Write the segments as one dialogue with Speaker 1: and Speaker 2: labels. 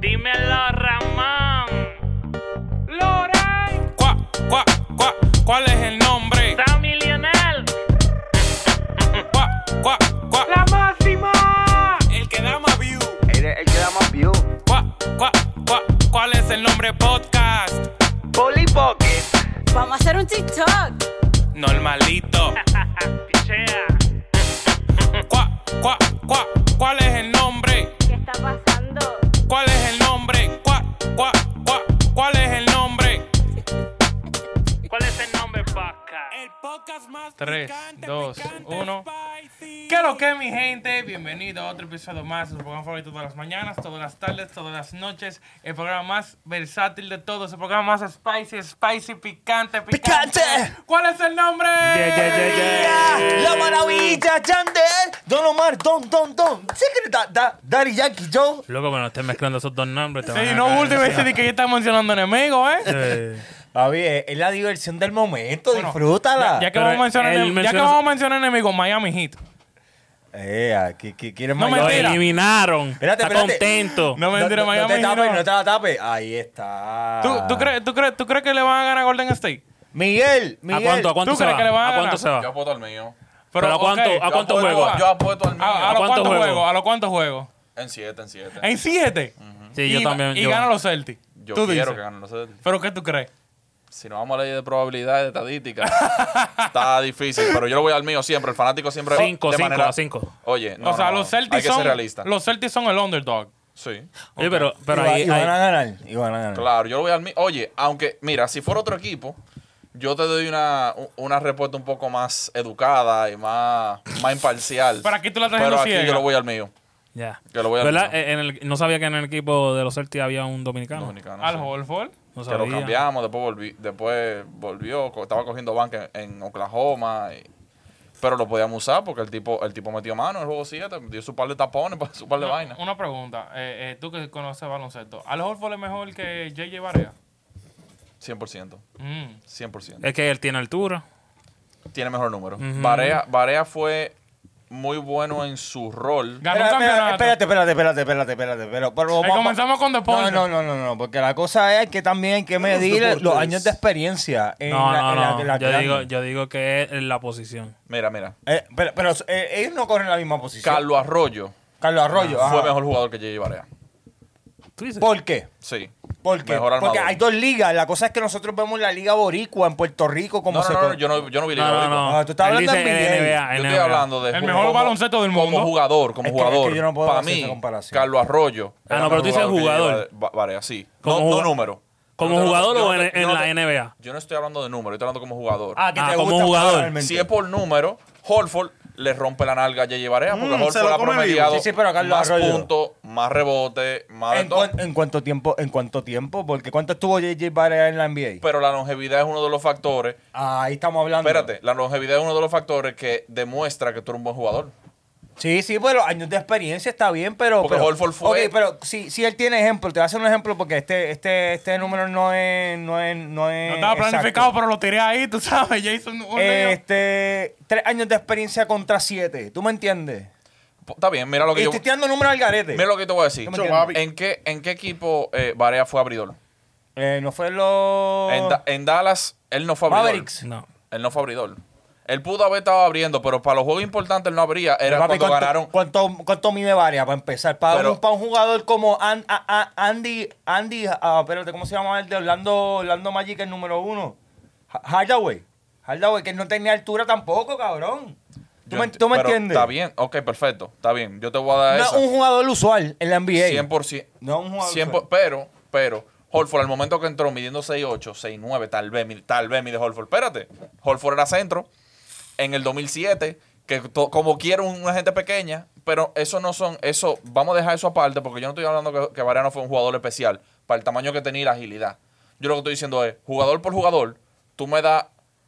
Speaker 1: Dímelo, Ramón. Loren.
Speaker 2: Cuá, cuá, cuá, ¿cuál es el nombre?
Speaker 1: Sammy Lionel.
Speaker 2: Cuá, cuá, cuá,
Speaker 1: La máxima.
Speaker 2: el que da más view.
Speaker 3: Eres el que da más view.
Speaker 2: Cuá, cuá, cuá, ¿cuál es el nombre podcast?
Speaker 3: Polly Pocket.
Speaker 4: Vamos a hacer un TikTok.
Speaker 2: Normalito.
Speaker 1: Pichea.
Speaker 2: Cuá, cuá, cuá, ¿cuál es el nombre?
Speaker 4: ¿Qué está pasando?
Speaker 2: ¿Cuál es el nombre? Cuá, cuá, cuá, ¿cuál es el nombre?
Speaker 1: ¿Cuál es el nombre, Paca?
Speaker 2: El podcast más
Speaker 5: 3, 2, 1. ¿Qué lo que, mi gente? Bienvenido a otro episodio más de su programa favorito todas las mañanas, todas las tardes, todas las noches. El programa más versátil de todos, el programa más spicy, spicy, picante, picante.
Speaker 6: ¡Picante!
Speaker 5: ¿Cuál es el nombre?
Speaker 6: La maravilla, Yandel, Don Omar, Don, Don, Don, Secret, da, da, Daddy Yankee Joe.
Speaker 7: Loco, cuando estés mezclando esos dos nombres, te van
Speaker 5: Sí,
Speaker 7: a
Speaker 5: no
Speaker 7: caer
Speaker 5: último
Speaker 7: encima.
Speaker 5: ese de que ya está mencionando enemigos, ¿eh?
Speaker 7: Eh,
Speaker 6: Javi, es es la diversión del momento,
Speaker 5: Bueno,
Speaker 6: disfrútala.
Speaker 5: Ya que,
Speaker 7: Pero
Speaker 5: vamos a mencionar
Speaker 7: él
Speaker 5: enem- ya que
Speaker 7: menciona-
Speaker 5: vamos a mencionar enemigos, Miami Heat.
Speaker 6: Eh, aquí, aquí, ¿quieres
Speaker 5: No,
Speaker 6: mayor?
Speaker 7: Lo
Speaker 5: mentira.
Speaker 7: eliminaron.
Speaker 6: Espérate,
Speaker 7: Está
Speaker 6: espérate.
Speaker 7: contento.
Speaker 5: No mentira,
Speaker 6: no, no
Speaker 5: Miami
Speaker 6: te
Speaker 5: Heat.
Speaker 6: tapes,
Speaker 5: no.
Speaker 6: no te Ah. la tapes. Ahí está.
Speaker 5: ¿Tú, tú crees, tú, crees, ¿Tú crees que le van a ganar a Golden State?
Speaker 6: Miguel, Miguel.
Speaker 7: ¿A cuánto, a cuánto
Speaker 5: ¿Tú
Speaker 7: se
Speaker 5: crees
Speaker 7: va?
Speaker 5: que le van a
Speaker 7: ¿A cuánto
Speaker 5: ganar?
Speaker 7: se va?
Speaker 8: Yo apuesto al mío.
Speaker 7: ¿Pero a cuánto,
Speaker 5: ok.
Speaker 7: a cuánto
Speaker 8: Yo apuesto-
Speaker 7: juego?
Speaker 8: Yo apuesto al mío.
Speaker 5: Ah, ¿A, a los
Speaker 7: cuánto
Speaker 5: cuántos
Speaker 7: juego?
Speaker 5: juegos? ¿A los cuántos juegos?
Speaker 8: En 7, en 7.
Speaker 5: ¿En siete?
Speaker 7: Sí,
Speaker 5: y,
Speaker 7: yo también.
Speaker 5: Y
Speaker 7: yo-
Speaker 5: gana los Celtics.
Speaker 8: Yo
Speaker 5: Tú
Speaker 8: quiero
Speaker 5: dices.
Speaker 8: que ganen. No sé,
Speaker 5: ¿Pero qué tú crees?
Speaker 8: si nos vamos a la ley de probabilidades de estadística, está difícil. Pero yo lo voy al mío siempre. El fanático siempre.
Speaker 7: Cinco,
Speaker 8: de
Speaker 7: cinco,
Speaker 8: manera-
Speaker 7: a cinco.
Speaker 8: Oye, no.
Speaker 5: o sea,
Speaker 8: no, no.
Speaker 5: los
Speaker 8: Hay
Speaker 5: Celtics
Speaker 8: que ser realista.
Speaker 5: son los Celtics son el underdog.
Speaker 8: Sí.
Speaker 7: Oye, pero, pero
Speaker 6: y, va-
Speaker 7: ahí,
Speaker 6: y van
Speaker 7: ahí-
Speaker 6: a ganar, y van a ganar.
Speaker 8: Claro, yo lo voy al mío. Oye, aunque, mira, si fuera otro equipo, yo te doy una, u- una respuesta un poco más educada y más, más imparcial.
Speaker 5: Pero aquí tú la estás
Speaker 8: Pero
Speaker 5: haciendo
Speaker 8: aquí
Speaker 5: ciega.
Speaker 8: yo lo voy al mío.
Speaker 7: Ya.
Speaker 8: Yo lo voy a
Speaker 7: ¿Verdad?
Speaker 8: avisar.
Speaker 7: Eh, en el- no sabía que en el equipo de los Celtics había un dominicano.
Speaker 8: Dominicano.
Speaker 5: Al
Speaker 8: sí.
Speaker 5: Holford.
Speaker 7: No
Speaker 8: que
Speaker 7: sabía.
Speaker 8: lo cambiamos, después, volví, después volvió, co- estaba cogiendo banca en, en Oklahoma, y- pero lo podíamos usar porque el tipo, el tipo metió mano en el juego 7, dio su par de tapones, su par de vainas.
Speaker 5: Una pregunta. Eh, eh, tú que conoces baloncesto. ¿Al Holford es mejor que JJ Barea?
Speaker 8: 100%,
Speaker 5: Mm.
Speaker 8: Eh, 100%.
Speaker 7: Es que él tiene altura.
Speaker 8: Tiene mejor número. Barea, Barea fue muy bueno en su rol.
Speaker 5: Ganó un
Speaker 6: Espera, espera,
Speaker 5: campeonato.
Speaker 6: espérate, espérate, espérate, espérate, espérate. Pero, pero
Speaker 5: Eh,
Speaker 6: vamos-
Speaker 5: comenzamos con deporte.
Speaker 6: No, no, no, no, no, porque la cosa es que también hay que medir los, años de experiencia. En
Speaker 7: No,
Speaker 6: la-
Speaker 7: no,
Speaker 6: en la-
Speaker 7: no.
Speaker 6: en la que
Speaker 7: yo,
Speaker 6: ganan.
Speaker 7: digo, yo digo que es en la posición.
Speaker 8: Mira, mira.
Speaker 6: Eh, pero pero, eh, ellos no corren la misma posición. Carlos,
Speaker 8: Carlos Arroyo
Speaker 6: Arroyo. ajá.
Speaker 8: fue mejor jugador que J.J. Barea.
Speaker 7: ¿Tú dices?
Speaker 6: ¿Por qué?
Speaker 8: Sí.
Speaker 6: ¿Por qué?
Speaker 8: Mejor armador.
Speaker 6: Porque hay dos ligas. La cosa es que nosotros vemos la liga boricua en Puerto Rico como
Speaker 8: No, no,
Speaker 6: se
Speaker 8: no,
Speaker 6: co-
Speaker 8: no, yo no, yo no vi
Speaker 7: No, no,
Speaker 8: Liga Boricua.
Speaker 7: no.
Speaker 6: Ah, tú estás
Speaker 7: Él
Speaker 6: hablando
Speaker 7: dice
Speaker 6: en NBA.
Speaker 7: NBA,
Speaker 8: Yo
Speaker 7: NBA.
Speaker 8: estoy hablando de
Speaker 5: El
Speaker 8: ju-
Speaker 5: mejor
Speaker 8: como-
Speaker 5: baloncesto del mundo.
Speaker 8: Como jugador, como
Speaker 6: Es que- es que
Speaker 8: jugador.
Speaker 6: yo no puedo
Speaker 8: Para
Speaker 6: hacer
Speaker 8: mí,
Speaker 6: esa comparación.
Speaker 8: Carlos Arroyo.
Speaker 7: Ah,
Speaker 8: era
Speaker 7: no, pero tú
Speaker 8: mejor
Speaker 7: dices
Speaker 8: que J.J. Ba- Barea, sí.
Speaker 7: Como
Speaker 8: no, no
Speaker 7: jugador.
Speaker 8: número.
Speaker 7: ¿Como
Speaker 8: Yo no te-
Speaker 7: jugador
Speaker 8: yo
Speaker 7: o
Speaker 8: no te-
Speaker 7: en- en
Speaker 8: yo no
Speaker 7: la
Speaker 8: te-
Speaker 7: NBA?
Speaker 8: Yo no estoy hablando de número, yo estoy hablando como jugador.
Speaker 6: Ah, que
Speaker 7: Ah,
Speaker 6: te
Speaker 7: como
Speaker 6: gusta
Speaker 7: jugador.
Speaker 6: personalmente.
Speaker 8: si es por número, Horford le rompe la nalga a J.J. Barea porque
Speaker 9: Mm, se
Speaker 8: Horford
Speaker 9: lo
Speaker 8: ha
Speaker 9: come vivo.
Speaker 8: promediado
Speaker 6: Sí, sí, pero Carlos
Speaker 8: más
Speaker 6: Arroyo.
Speaker 8: puntos, más rebote, más de
Speaker 6: ¿En,
Speaker 8: todo.
Speaker 6: cuan- en cuánto tiempo? ¿En cuánto tiempo? Porque ¿cuánto estuvo JJ Barea en la NBA?
Speaker 8: Pero la longevidad es uno de los factores.
Speaker 6: Ah, ahí estamos hablando.
Speaker 8: Espérate, la longevidad es uno de los factores que demuestra que tú eres un buen jugador.
Speaker 6: Sí, sí, pero años de experiencia está bien, pero.
Speaker 8: Porque
Speaker 6: pero-
Speaker 8: Horford fue-
Speaker 6: Ok, pero si, si él tiene ejemplo, te voy a hacer un ejemplo porque este, este, este número no es. No, es, no, es
Speaker 5: No estaba
Speaker 6: exacto.
Speaker 5: planificado, pero lo tiré ahí, tú sabes. Jason, un lío.
Speaker 6: Este. Tres años de experiencia contra siete. ¿Tú me entiendes?
Speaker 8: Po- Está bien, mira lo
Speaker 6: Y
Speaker 8: que yo.
Speaker 6: estoy tirando números al garete.
Speaker 8: Mira lo que te voy a decir.
Speaker 6: ¿Tú me
Speaker 9: Yo,
Speaker 6: entiendes?
Speaker 9: papi.
Speaker 8: ¿En qué, ¿En qué equipo eh, Barea fue abridor?
Speaker 6: Eh, no fue los.
Speaker 8: En, Da- en Dallas, él no fue abridor.
Speaker 6: Oh. Mavericks.
Speaker 7: No.
Speaker 8: Él no fue abridor. Él pudo haber estado abriendo, pero para los juegos importantes él no abría. Era
Speaker 6: Papi,
Speaker 8: cuando
Speaker 6: ¿cuánto-
Speaker 8: ganaron.
Speaker 6: ¿Cuánto, cuánto mide Varia para empezar? Para,
Speaker 8: Pero-
Speaker 6: un, para un jugador como An- a- a- Andy, Andy, ah, espérate, ¿cómo se llama el de Orlando, Orlando Magic, el número uno? Ha- Hardaway. Hardaway, que no tenía altura tampoco, cabrón. ¿Tú
Speaker 8: Yo
Speaker 6: me,
Speaker 8: enti-
Speaker 6: tú me
Speaker 8: pero
Speaker 6: entiendes?
Speaker 8: Está bien, ok, perfecto. Está bien, yo te voy a dar
Speaker 6: No es
Speaker 8: esa.
Speaker 6: un jugador usual en la NBA.
Speaker 8: 100%.
Speaker 6: No es un jugador
Speaker 8: 100
Speaker 6: usual.
Speaker 8: pero, pero, Holford al momento que entró midiendo 6'8, 6'9, tal vez, mi- tal vez mide Holford. Espérate, Holford era centro en el 2007, que to- como quiero un- una gente pequeña, pero eso no son, eso, vamos a dejar eso aparte porque yo no estoy hablando que, que Varela no fue un jugador especial para el tamaño que tenía y la agilidad. Yo lo que estoy diciendo es, jugador por jugador, tú me das,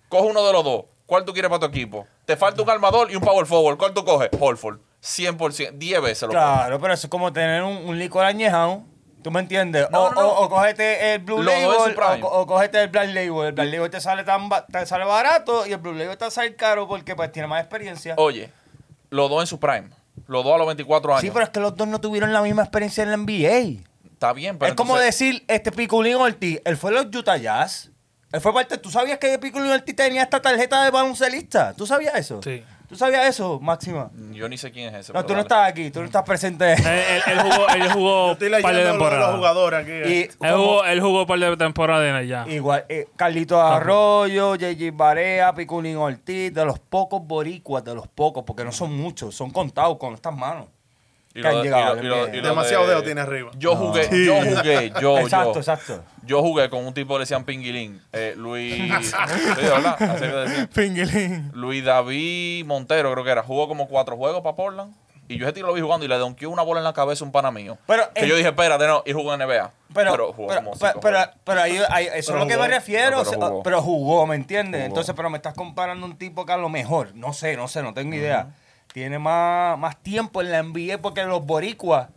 Speaker 8: coge uno de los dos, ¿cuál tú quieres para tu equipo? Te falta un armador y un power forward, ¿cuál tú coges? Holford, 100%, 10 veces lo coges.
Speaker 6: Claro, pero eso es como tener un, un licor añejado. ¿Tú ¿Tú me entiendes?
Speaker 8: No,
Speaker 6: o,
Speaker 8: no, no.
Speaker 6: o- o cógete el Blue
Speaker 8: Los dos en su
Speaker 6: Label
Speaker 8: prime.
Speaker 6: o, co- o cógete el Black Label. El Black Label te sale, tan ba- te sale barato y el Blue Label te sale caro porque pues tiene más experiencia.
Speaker 8: Oye, los dos en su prime. Los dos a los 24 años.
Speaker 6: sí, pero es que los dos no tuvieron la misma experiencia en la NBA.
Speaker 8: Está bien, pero
Speaker 6: es como
Speaker 8: entonces-
Speaker 6: decir, este Piculín Ortiz, él fue los Utah Jazz. Él fue parte. ¿Tú sabías que Piculín Ortiz tenía esta tarjeta de baloncelista? ¿Tú sabías eso?
Speaker 7: Sí.
Speaker 6: ¿Tú sabías eso, Máxima?
Speaker 8: Yo ni sé quién es ese.
Speaker 6: No,
Speaker 8: pero
Speaker 6: tú no
Speaker 8: dale.
Speaker 6: estás aquí, tú no estás presente.
Speaker 7: Él, él- él jugó, él jugó
Speaker 9: Estoy
Speaker 7: par de
Speaker 9: leyendo lo de los
Speaker 7: temporadas.
Speaker 9: jugadores aquí.
Speaker 6: Y
Speaker 7: Él
Speaker 6: como-
Speaker 7: jugó, él jugó par de temporadas en allá.
Speaker 6: Igual, eh, Carlito Arroyo, JJ Barea, Piculín Ortiz, de los pocos boricuas, de los pocos, porque no son muchos, son contados con estas manos.
Speaker 8: Y
Speaker 6: que han
Speaker 8: lo de- y
Speaker 6: llegado,
Speaker 8: lo- y lo-
Speaker 6: que-
Speaker 8: y lo
Speaker 9: Demasiado
Speaker 8: de-
Speaker 9: dedo tiene arriba.
Speaker 8: Yo jugué, yo jugué, yo,
Speaker 6: exacto,
Speaker 8: yo.
Speaker 6: exacto.
Speaker 8: Yo jugué con un tipo que le decían Pinguilín. Eh, Luis. sí, de ¿verdad? Así le decían.
Speaker 5: Pinguelín.
Speaker 8: Luis David Montero, creo que era. Jugó como cuatro juegos para Portland. Y yo ese tío lo vi jugando y le donqueó una bola en la cabeza a un pana mío.
Speaker 6: Pero,
Speaker 8: que
Speaker 6: eh,
Speaker 8: yo dije, espérate, no. Y jugó en NBA.
Speaker 6: Pero,
Speaker 8: jugó
Speaker 6: pero,
Speaker 8: como
Speaker 6: pero,
Speaker 8: cinco
Speaker 6: pero-
Speaker 8: juegos.
Speaker 6: pero ahí, ahí- eso
Speaker 9: Pero
Speaker 6: es lo que
Speaker 9: jugó.
Speaker 6: me refiero.
Speaker 8: No,
Speaker 6: o
Speaker 8: pero
Speaker 6: sea, pero,
Speaker 8: jugó.
Speaker 6: jugó. ¿me entiendes? Entonces, pero me estás comparando un tipo que a lo mejor, no sé, no sé, no tengo idea. Tiene más, más tiempo en la NBA porque los boricuas,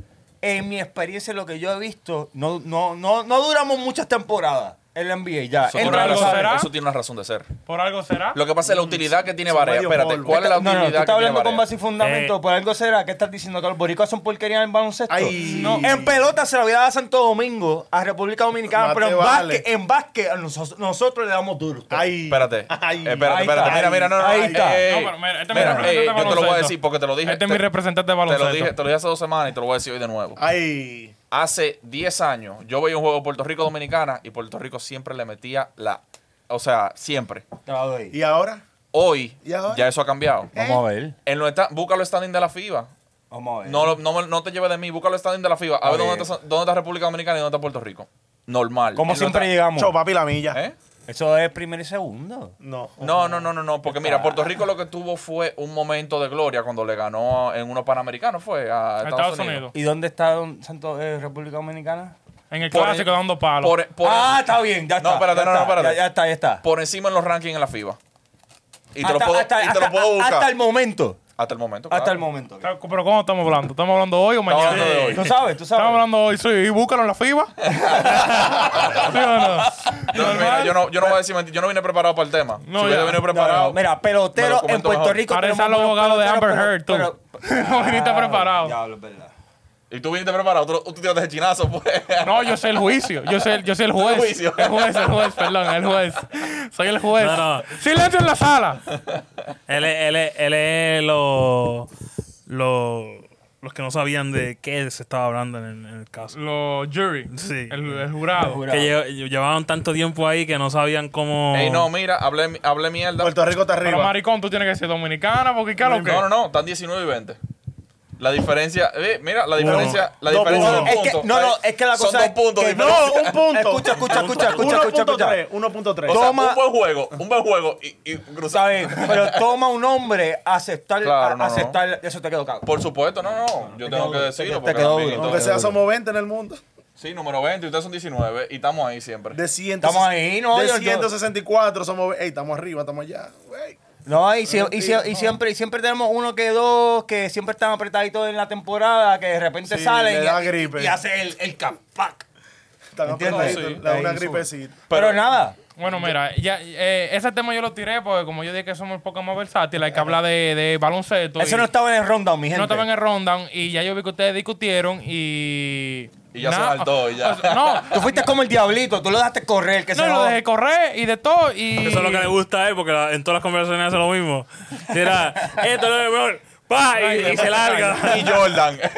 Speaker 6: en mi experiencia, lo que yo he visto, no, no, no, no duramos muchas temporadas en la NBA ya. Entra,
Speaker 8: Eso, tiene
Speaker 5: Entra,
Speaker 8: una
Speaker 5: lo
Speaker 6: lo sabes.
Speaker 8: razón,
Speaker 5: será.
Speaker 8: eso tiene una razón de ser.
Speaker 5: ¿Por algo será?
Speaker 8: Lo que pasa es la utilidad que tiene Varea.
Speaker 9: medio
Speaker 8: Espérate,
Speaker 9: polvo.
Speaker 8: ¿cuál es la
Speaker 6: No,
Speaker 8: utilidad
Speaker 6: no, tú
Speaker 8: que
Speaker 6: estás
Speaker 8: tiene
Speaker 6: hablando con
Speaker 8: Varea?
Speaker 6: base y fundamento.
Speaker 7: Eh.
Speaker 6: Por algo será que estás diciendo que los boricuas son porquería en baloncesto.
Speaker 9: Ay.
Speaker 6: No, en pelota se la voy a dar a Santo Domingo, a República Dominicana,
Speaker 9: Mate,
Speaker 6: pero en
Speaker 9: vale.
Speaker 6: básquet, en básquet a nosotros, nosotros le damos duro.
Speaker 9: Ay.
Speaker 8: Espérate,
Speaker 9: Ay.
Speaker 8: espérate,
Speaker 6: Ahí
Speaker 8: espérate.
Speaker 6: está.
Speaker 8: Mira, mira, no, no.
Speaker 6: Ahí
Speaker 8: eh,
Speaker 6: está.
Speaker 8: eh,
Speaker 5: No, pero mira, este es mi
Speaker 8: mira,
Speaker 5: representante
Speaker 8: eh,
Speaker 5: de
Speaker 8: Yo te lo voy a
Speaker 5: baloncesto.
Speaker 8: decir porque te lo dije.
Speaker 5: Este es
Speaker 8: te-
Speaker 5: mi representante de
Speaker 8: Te lo,
Speaker 5: baloncesto.
Speaker 8: dije, te lo dije hace dos semanas y te lo voy a decir hoy de nuevo.
Speaker 6: Ah.
Speaker 9: Ay.
Speaker 8: Hace 10 años yo veía un juego de Puerto Rico-Dominicana y Puerto Rico siempre le metía la... O sea, siempre.
Speaker 6: Te la doy.
Speaker 9: ¿Y ahora?
Speaker 8: Hoy
Speaker 9: ¿Y ahora?
Speaker 8: ya eso ha cambiado.
Speaker 6: Vamos a ver.
Speaker 8: En los esta- busca los standings de la FIBA.
Speaker 6: Vamos a ver.
Speaker 8: No, lo- no, me- no te lleves de mí, busca los standings de la FIBA. A, ver,
Speaker 6: ver.
Speaker 8: Dónde, está, dónde está República Dominicana y dónde está Puerto Rico. Normal.
Speaker 6: Como
Speaker 8: En
Speaker 6: siempre
Speaker 8: nuestra-
Speaker 6: llegamos.
Speaker 9: Chau, papi, la milla.
Speaker 8: ¿Eh?
Speaker 6: Eso es primero y segundo.
Speaker 9: No.
Speaker 8: No, no, no, no, no, porque mira, Puerto Rico lo que tuvo fue un momento de gloria cuando le ganó en unos Panamericanos, fue a Estados,
Speaker 5: Estados
Speaker 8: Unidos.
Speaker 5: Unidos.
Speaker 6: ¿Y dónde está don Santo, eh, República Dominicana?
Speaker 5: En el
Speaker 8: Por-
Speaker 5: clásico dando palos.
Speaker 8: Por, por-
Speaker 6: ah, está bien, ya está.
Speaker 8: No, espérate,
Speaker 6: ya
Speaker 8: no, no,
Speaker 6: está,
Speaker 8: espérate.
Speaker 6: Ya, ya está, ya está.
Speaker 8: por encima en los rankings en la FIBA. Y te,
Speaker 6: Hasta-
Speaker 8: lo, puedo,
Speaker 6: hasta-
Speaker 8: y te lo
Speaker 6: hasta-
Speaker 8: puedo buscar.
Speaker 6: Hasta el momento.
Speaker 8: Hasta el momento.
Speaker 6: Hasta
Speaker 8: claro.
Speaker 6: el momento.
Speaker 5: Pero ¿cómo estamos hablando? ¿Estamos hablando hoy o
Speaker 8: Estamos
Speaker 5: mañana?
Speaker 8: hablando de hoy.
Speaker 6: ¿Tú sabes? ¿Tú sabes?
Speaker 5: Estamos hablando hoy, sí. ¿Y búscalo en la FIBA? ¿Sí o no?
Speaker 8: No, mira, yo no, yo no voy a decir mentira. Yo no vine preparado para el tema.
Speaker 5: No,
Speaker 8: si
Speaker 5: ya. No,
Speaker 6: No,
Speaker 8: hubiera venido
Speaker 6: no,
Speaker 8: preparado.
Speaker 6: mira,
Speaker 8: me
Speaker 6: pelotero
Speaker 8: lo
Speaker 6: en
Speaker 8: comento
Speaker 6: Puerto
Speaker 8: mejor. Ah,
Speaker 6: Rico.
Speaker 5: Ahora
Speaker 6: tenemos
Speaker 5: está el
Speaker 6: buenos
Speaker 5: abogado de
Speaker 6: peloteros,
Speaker 5: Amber
Speaker 6: pero-
Speaker 5: Heard, tú.
Speaker 6: pero-
Speaker 5: No viniste preparado.
Speaker 6: Ya, es verdad.
Speaker 8: Y tú viniste preparado. Tú, tú tiraste el chinazo, pues.
Speaker 5: No, yo soy el juicio. Yo soy el, yo soy el juez.
Speaker 8: El juicio.
Speaker 5: El juez, el juez, perdón, el juez. Soy el juez.
Speaker 7: No, no.
Speaker 5: Silencio en la sala.
Speaker 7: Él es, él es- él es lo- lo- los que no sabían de qué se estaba hablando en el, en el caso.
Speaker 5: Los jury.
Speaker 7: Sí.
Speaker 5: El, el jurado.
Speaker 7: Que lle- llevaban tanto tiempo ahí que no sabían cómo.
Speaker 8: Ey, no, mira, hablé, hablé mierda.
Speaker 9: Puerto Rico está
Speaker 5: Pero
Speaker 9: arriba.
Speaker 5: maricón, tú tienes que ser dominicana porque ¿qué es lo que?
Speaker 8: No, no, no. Están 19 y 20. La diferencia. eh, mira, la diferencia. La
Speaker 9: Dos
Speaker 8: diferencia
Speaker 9: puntos.
Speaker 8: de
Speaker 6: Es
Speaker 8: puntos.
Speaker 6: que, no, no, es que la cosa
Speaker 8: Eh, Son dos
Speaker 6: es
Speaker 8: puntos.
Speaker 6: que
Speaker 8: de
Speaker 9: No,
Speaker 8: diferencia.
Speaker 9: un punto.
Speaker 6: Escucha, escucha, escucha, escucha, escucha, escucha.
Speaker 9: 1.3, 1.3.
Speaker 8: O sea,
Speaker 6: toma-
Speaker 8: un buen juego. Un buen juego. Y, y cruzar.
Speaker 6: ¿Sabes? Pero toma un hombre aceptar,
Speaker 8: Claro,
Speaker 6: a-
Speaker 8: no, no.
Speaker 6: aceptar. Eso te quedó cago.
Speaker 8: Por supuesto, no, no. Yo tengo que
Speaker 6: duro,
Speaker 8: decirlo.
Speaker 6: te
Speaker 8: porque
Speaker 6: quedó
Speaker 8: también,
Speaker 6: duro.
Speaker 9: Aunque
Speaker 8: entonces-
Speaker 9: sea, somos 20 en el mundo.
Speaker 8: Sí, número 20. y Ustedes son 19. Y estamos ahí siempre.
Speaker 9: De, 100,
Speaker 6: Estamos ahí, ¿no?
Speaker 9: de
Speaker 6: Yo- yo-
Speaker 9: 164 somos... Ey, estamos arriba, estamos allá. Wey.
Speaker 6: No, y, si- y, si-
Speaker 9: mentira,
Speaker 6: y
Speaker 9: no.
Speaker 6: siempre, y siempre tenemos uno que dos que siempre están apretaditos en la temporada, que de repente
Speaker 9: Sí,
Speaker 6: salen
Speaker 9: le
Speaker 6: y,
Speaker 9: da gripe.
Speaker 6: y hace el, el capac.
Speaker 9: Están
Speaker 6: ¿Entiendes?
Speaker 9: apretaditos,
Speaker 8: Sí.
Speaker 9: le da una
Speaker 6: Ahí,
Speaker 9: gripecita.
Speaker 6: Pero, nada.
Speaker 5: Bueno, mira, ya, eh, ese tema yo lo tiré porque como yo dije que somos un poco más versátiles, hay que hablar de, de baloncesto.
Speaker 6: Eso
Speaker 5: y-
Speaker 6: no estaba en el rundown, mi gente.
Speaker 5: No estaban en el rundown y ya yo vi que ustedes discutieron y...
Speaker 8: Y ya se saltó, y ya.
Speaker 5: No,
Speaker 6: Tú fuiste como el diablito, tú lo dejaste correr, que se
Speaker 5: no, lo
Speaker 6: jod-
Speaker 5: dejé correr y de todo y...
Speaker 7: Eso es lo que le gusta a él, porque la- en todas las conversaciones hace lo mismo. Tira, esto es lo mejor, pa, y, y se larga.
Speaker 8: Y Jordan.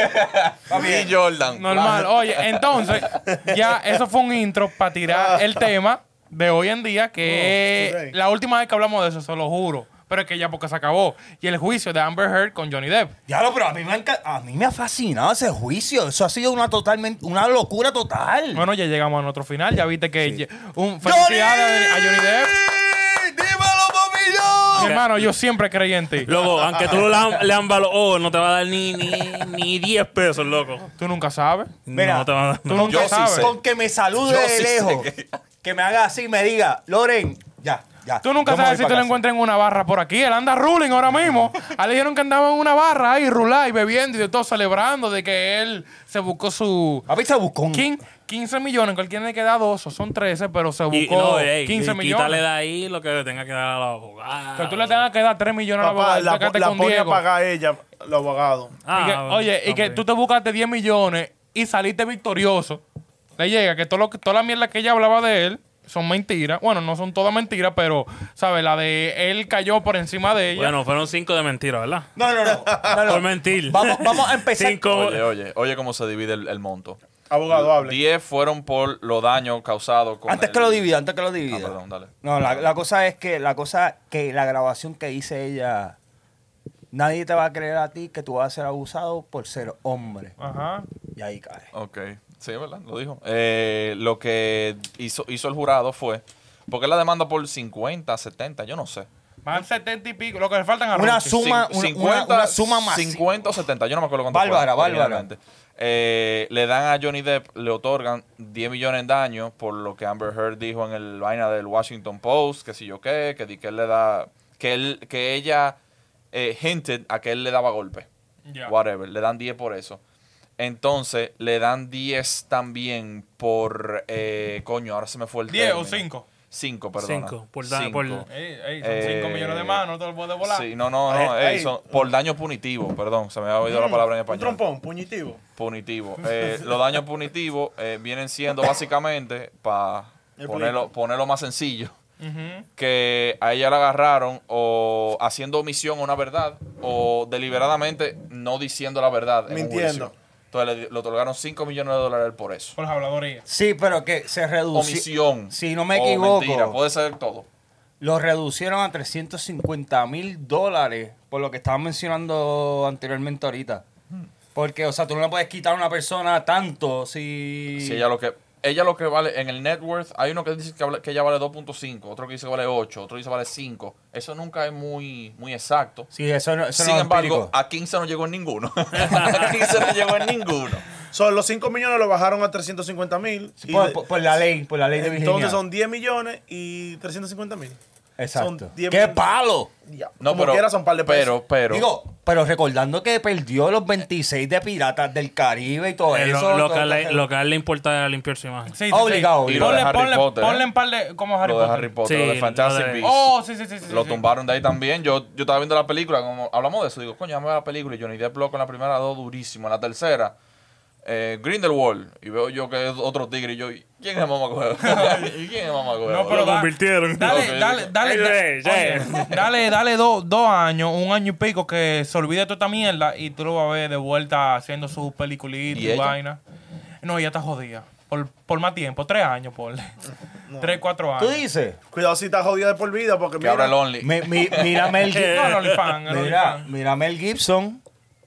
Speaker 6: bien.
Speaker 8: y Jordan.
Speaker 5: Normal. Oye, entonces, ya eso fue un intro para tirar el tema de hoy en día, que
Speaker 9: Oh,
Speaker 5: es
Speaker 9: ok.
Speaker 5: la última vez que hablamos de eso, se lo juro. Pero es que ya porque se acabó. Y el juicio de Amber Heard con Johnny Depp.
Speaker 6: Diablo, pero a mí, me ha enca- a mí me ha fascinado ese juicio. Eso ha sido una totalmente, una locura total.
Speaker 5: Bueno, ya llegamos a nuestro final. Ya viste que ye- un felicidades a Johnny Depp.
Speaker 6: ¡Dímelo, papillo!
Speaker 5: Mi hermano, yo siempre creí en ti.
Speaker 7: Loco, aunque tú le, le ambas los ojos, no te va a dar ni, ni, ni 10 pesos, loco.
Speaker 5: Tú nunca sabes.
Speaker 6: Mira,
Speaker 7: no te va a dar.
Speaker 5: Tú nunca
Speaker 8: Yo sí
Speaker 5: sabes.
Speaker 8: sé.
Speaker 6: Con que me salude
Speaker 8: Yo
Speaker 6: de
Speaker 8: sí sé
Speaker 6: lejos,
Speaker 8: que-
Speaker 6: que... me haga así y me diga, Loren, ya. Ya,
Speaker 5: Tú nunca
Speaker 6: yo me
Speaker 5: sabes si
Speaker 6: voy
Speaker 5: te lo
Speaker 6: pa' casa.
Speaker 5: encuentras en una barra por aquí. Él anda ruling ahora mismo. A él le dijeron que andaba en una barra ahí, rular y bebiendo y de todo, celebrando de que él se buscó su
Speaker 6: Papi se buscó un...
Speaker 5: quin- 15 millones. Cualquiera le queda dos, o son 13, pero se buscó
Speaker 7: Y, no, ey,
Speaker 5: 15
Speaker 7: y
Speaker 5: millones.
Speaker 7: Quítale de ahí lo que le tenga que dar a la abogada.
Speaker 5: que tú le tengas que dar 3 millones
Speaker 9: Papá,
Speaker 5: a la
Speaker 9: la,
Speaker 5: abogada. y
Speaker 9: la
Speaker 5: sácate con
Speaker 9: pone a
Speaker 5: Diego.
Speaker 9: pagar ella, los abogados.
Speaker 7: Ah,
Speaker 5: Y que, oye, y que tú te buscaste 10 millones y saliste victorioso. Le llega que, todo lo que toda la mierda que ella hablaba de él son mentiras. Bueno, no son todas mentiras, pero, ¿sabes? La de él cayó por encima de ella.
Speaker 7: Bueno, fueron cinco de mentira, ¿verdad?
Speaker 6: No, no, no. no, no.
Speaker 7: Por mentir.
Speaker 6: Vamos, vamos a empezar.
Speaker 7: Cinco.
Speaker 8: Oye, oye, oye cómo se divide el, el monto.
Speaker 9: Abogado, hable.
Speaker 8: 10 fueron por los daños causados con
Speaker 6: Antes
Speaker 8: el-
Speaker 6: que lo divida, antes que lo
Speaker 8: Ah,
Speaker 6: divida.
Speaker 8: perdón, dale.
Speaker 6: No, la, la cosa es que la cosa que la grabación que dice ella, nadie te va a creer a ti que tú vas a ser abusado por ser hombre.
Speaker 5: Ajá.
Speaker 6: Y ahí cae.
Speaker 8: Ok, sí, ¿verdad? Lo dijo. Eh, lo que hizo, hizo el jurado fue, porque la demanda por 50, 70, yo no sé.
Speaker 5: Van 70 y pico. Lo que le faltan a
Speaker 6: Una
Speaker 5: Rocky.
Speaker 6: suma-
Speaker 8: Cin-
Speaker 6: una- una- una suma masiva.
Speaker 8: 50 o 70, yo no me acuerdo cuánto
Speaker 6: Bárbara,
Speaker 8: fue,
Speaker 6: bárbara.
Speaker 8: originalmente. Eh, le dan a Johnny Depp, le otorgan 10 millones en daño por lo que Amber Heard dijo en el vaina del Washington Post, que si yo qué, que di que él le da, que él, que ella eh, hinted a que él le daba golpe.
Speaker 5: Ya.
Speaker 8: Whatever, le dan 10 por eso. Entonces, le dan 10 también por, eh, coño, ahora se me fue el
Speaker 5: 10 o
Speaker 8: término.
Speaker 5: 5.
Speaker 8: 5, perdón.
Speaker 7: Cinco, por da- por-
Speaker 5: Ey, ey, son
Speaker 8: Eh,
Speaker 5: 5 millones de más, no te lo puedes volar.
Speaker 8: Sí, no, no, no.
Speaker 9: Ay,
Speaker 8: ey,
Speaker 9: ay.
Speaker 8: son- por daño punitivo, perdón, se me había
Speaker 5: Mm,
Speaker 8: oído la palabra en
Speaker 9: Mm, Un
Speaker 8: español.
Speaker 9: trompón, puñitivo.
Speaker 8: Punitivo. Eh, los daños punitivos eh, vienen siendo básicamente, para
Speaker 9: Explica.
Speaker 8: ponerlo, ponerlo más sencillo,
Speaker 5: Ujú.
Speaker 8: que a ella la agarraron o haciendo omisión a una verdad o deliberadamente no diciendo la verdad. en un
Speaker 9: Mintiendo.
Speaker 8: juicio. Entonces le, le otorgaron 5 millones de dólares por eso.
Speaker 5: Por las habladorías.
Speaker 6: Sí, pero que se redució.
Speaker 8: Omisión.
Speaker 6: Si no me
Speaker 8: o
Speaker 6: equivoco,
Speaker 8: Mentira, puede ser todo.
Speaker 6: lo reducieron a 350 mil dólares por lo que estaba mencionando anteriormente ahorita. Porque, o sea, tú no le puedes quitar a una persona tanto si...
Speaker 8: Si ella lo que ella lo que vale en el net worth, hay uno que dice que, habla- que ella vale 2.5, otro que dice que vale 8, otro dice que vale 5. Eso nunca es muy, muy exacto.
Speaker 6: Sí, eso no, eso
Speaker 8: Sin
Speaker 6: no es
Speaker 8: embargo,
Speaker 6: empírico.
Speaker 8: ah, a 15 no llegó en ninguno. a 15 no llegó en ninguno.
Speaker 9: Son los 5 millones lo bajaron a 350 mil.
Speaker 6: Sí, por, por- por la ley, por la ley de Virginia.
Speaker 9: Entonces son 10 millones y 350 mil.
Speaker 6: Exacto.
Speaker 9: son 10
Speaker 6: ¡Qué
Speaker 9: millones.
Speaker 6: palo!
Speaker 8: No,
Speaker 9: Como
Speaker 8: pero,
Speaker 9: quiera son par de pesos.
Speaker 8: pero, pero,
Speaker 6: Digo, pero recordando que perdió los 26 de Piratas del Caribe y todo
Speaker 7: Eh,
Speaker 6: Pues eso.
Speaker 7: lo, lo
Speaker 6: todo
Speaker 7: que a él le-
Speaker 6: eso.
Speaker 7: lo que a él le importa era limpiar su imagen.
Speaker 5: Sí, sí,
Speaker 6: Obligado,
Speaker 5: sí.
Speaker 6: obligado.
Speaker 8: Y lo de
Speaker 5: Ponle,
Speaker 8: Harry
Speaker 5: ponle,
Speaker 8: Potter,
Speaker 5: ponle
Speaker 8: ¿eh?
Speaker 5: en par de. Como Harry
Speaker 8: lo de
Speaker 5: Potter.
Speaker 8: Harry Potter,
Speaker 7: Sí,
Speaker 8: lo de Fantastic
Speaker 7: lo de-
Speaker 8: Beasts.
Speaker 5: Oh, sí, sí, sí. sí,
Speaker 8: lo
Speaker 5: sí.
Speaker 8: tumbaron de ahí también. Yo, yo estaba viendo la película, como hablamos de eso, digo, coño, vamos a ver la película. Y Johnny Depp loco en la primera dos durísimo. En la tercera, eh, Grindelwald. Y veo yo que es otro tigre. Y yo, ¿y ¿quién es mamá ¿Y ¿Quién es mamá
Speaker 5: No, pero
Speaker 7: Lo
Speaker 5: da-
Speaker 7: convirtieron.
Speaker 8: Ok,
Speaker 5: Dale, dale,
Speaker 8: ok.
Speaker 5: dale,
Speaker 7: Ey,
Speaker 5: da-
Speaker 7: ey,
Speaker 5: oye, dale, dale dos, dos años, un año y pico que se olvide toda esta mierda y tú lo vas a ver de vuelta haciendo sus peliculitas
Speaker 8: ¿Y
Speaker 5: y,
Speaker 8: ella?
Speaker 5: vaina. No, ella está jodida. Por, por más tiempo, tres años, por Tres, cuatro
Speaker 6: ¿Tú
Speaker 5: años.
Speaker 6: dices?
Speaker 9: Cuidado si estás jodida de por vida porque
Speaker 8: Que ahora
Speaker 9: mira,
Speaker 8: el Only.
Speaker 6: Mi- mi- mira Mel Gibson.
Speaker 5: No, el OnlyFans, el
Speaker 6: Mira,
Speaker 5: OnlyFans.
Speaker 6: mira Mel Gibson.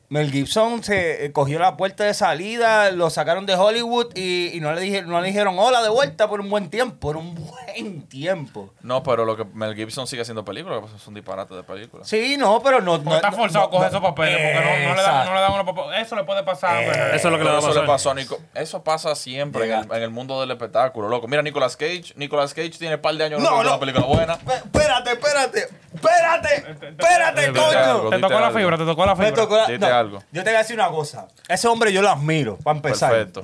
Speaker 6: Mel Gibson se eh, cogió la puerta de salida, lo sacaron de Hollywood y, y no, le dije, no le dijeron hola de vuelta por un buen tiempo, por un buen tiempo.
Speaker 8: No, pero lo que Mel Gibson sigue haciendo películas, pues, es un disparate de películas.
Speaker 6: Sí, no, pero no... no
Speaker 5: Porque Pues está forzado a
Speaker 6: no-
Speaker 5: coger
Speaker 6: no-
Speaker 5: esos papeles porque no, no le dan,
Speaker 6: Exacto.
Speaker 5: no le dan unos papeles. Eso le puede pasar. pero-
Speaker 7: Eso es lo que le va a
Speaker 8: Pero eso
Speaker 7: pasar.
Speaker 8: le pasó a Nico. Eso pasa siempre en el, en el mundo del espectáculo, loco. Mira, Nicolas Cage. Nicolas Cage tiene un par de años que
Speaker 6: No,
Speaker 8: no, hace
Speaker 6: no.
Speaker 8: una película buena.
Speaker 6: Pe- Espérate, espérate, espérate, espérate,
Speaker 8: Dite algo,
Speaker 6: coño.
Speaker 5: Te
Speaker 8: dite
Speaker 5: tocó la
Speaker 8: algo.
Speaker 5: fibra, te tocó la
Speaker 6: Me
Speaker 5: fibra.
Speaker 6: tocó la-
Speaker 8: Dite
Speaker 6: no,
Speaker 8: algo.
Speaker 6: Yo te voy a decir una cosa. Ese hombre yo lo admiro, para empezar.
Speaker 8: Perfecto.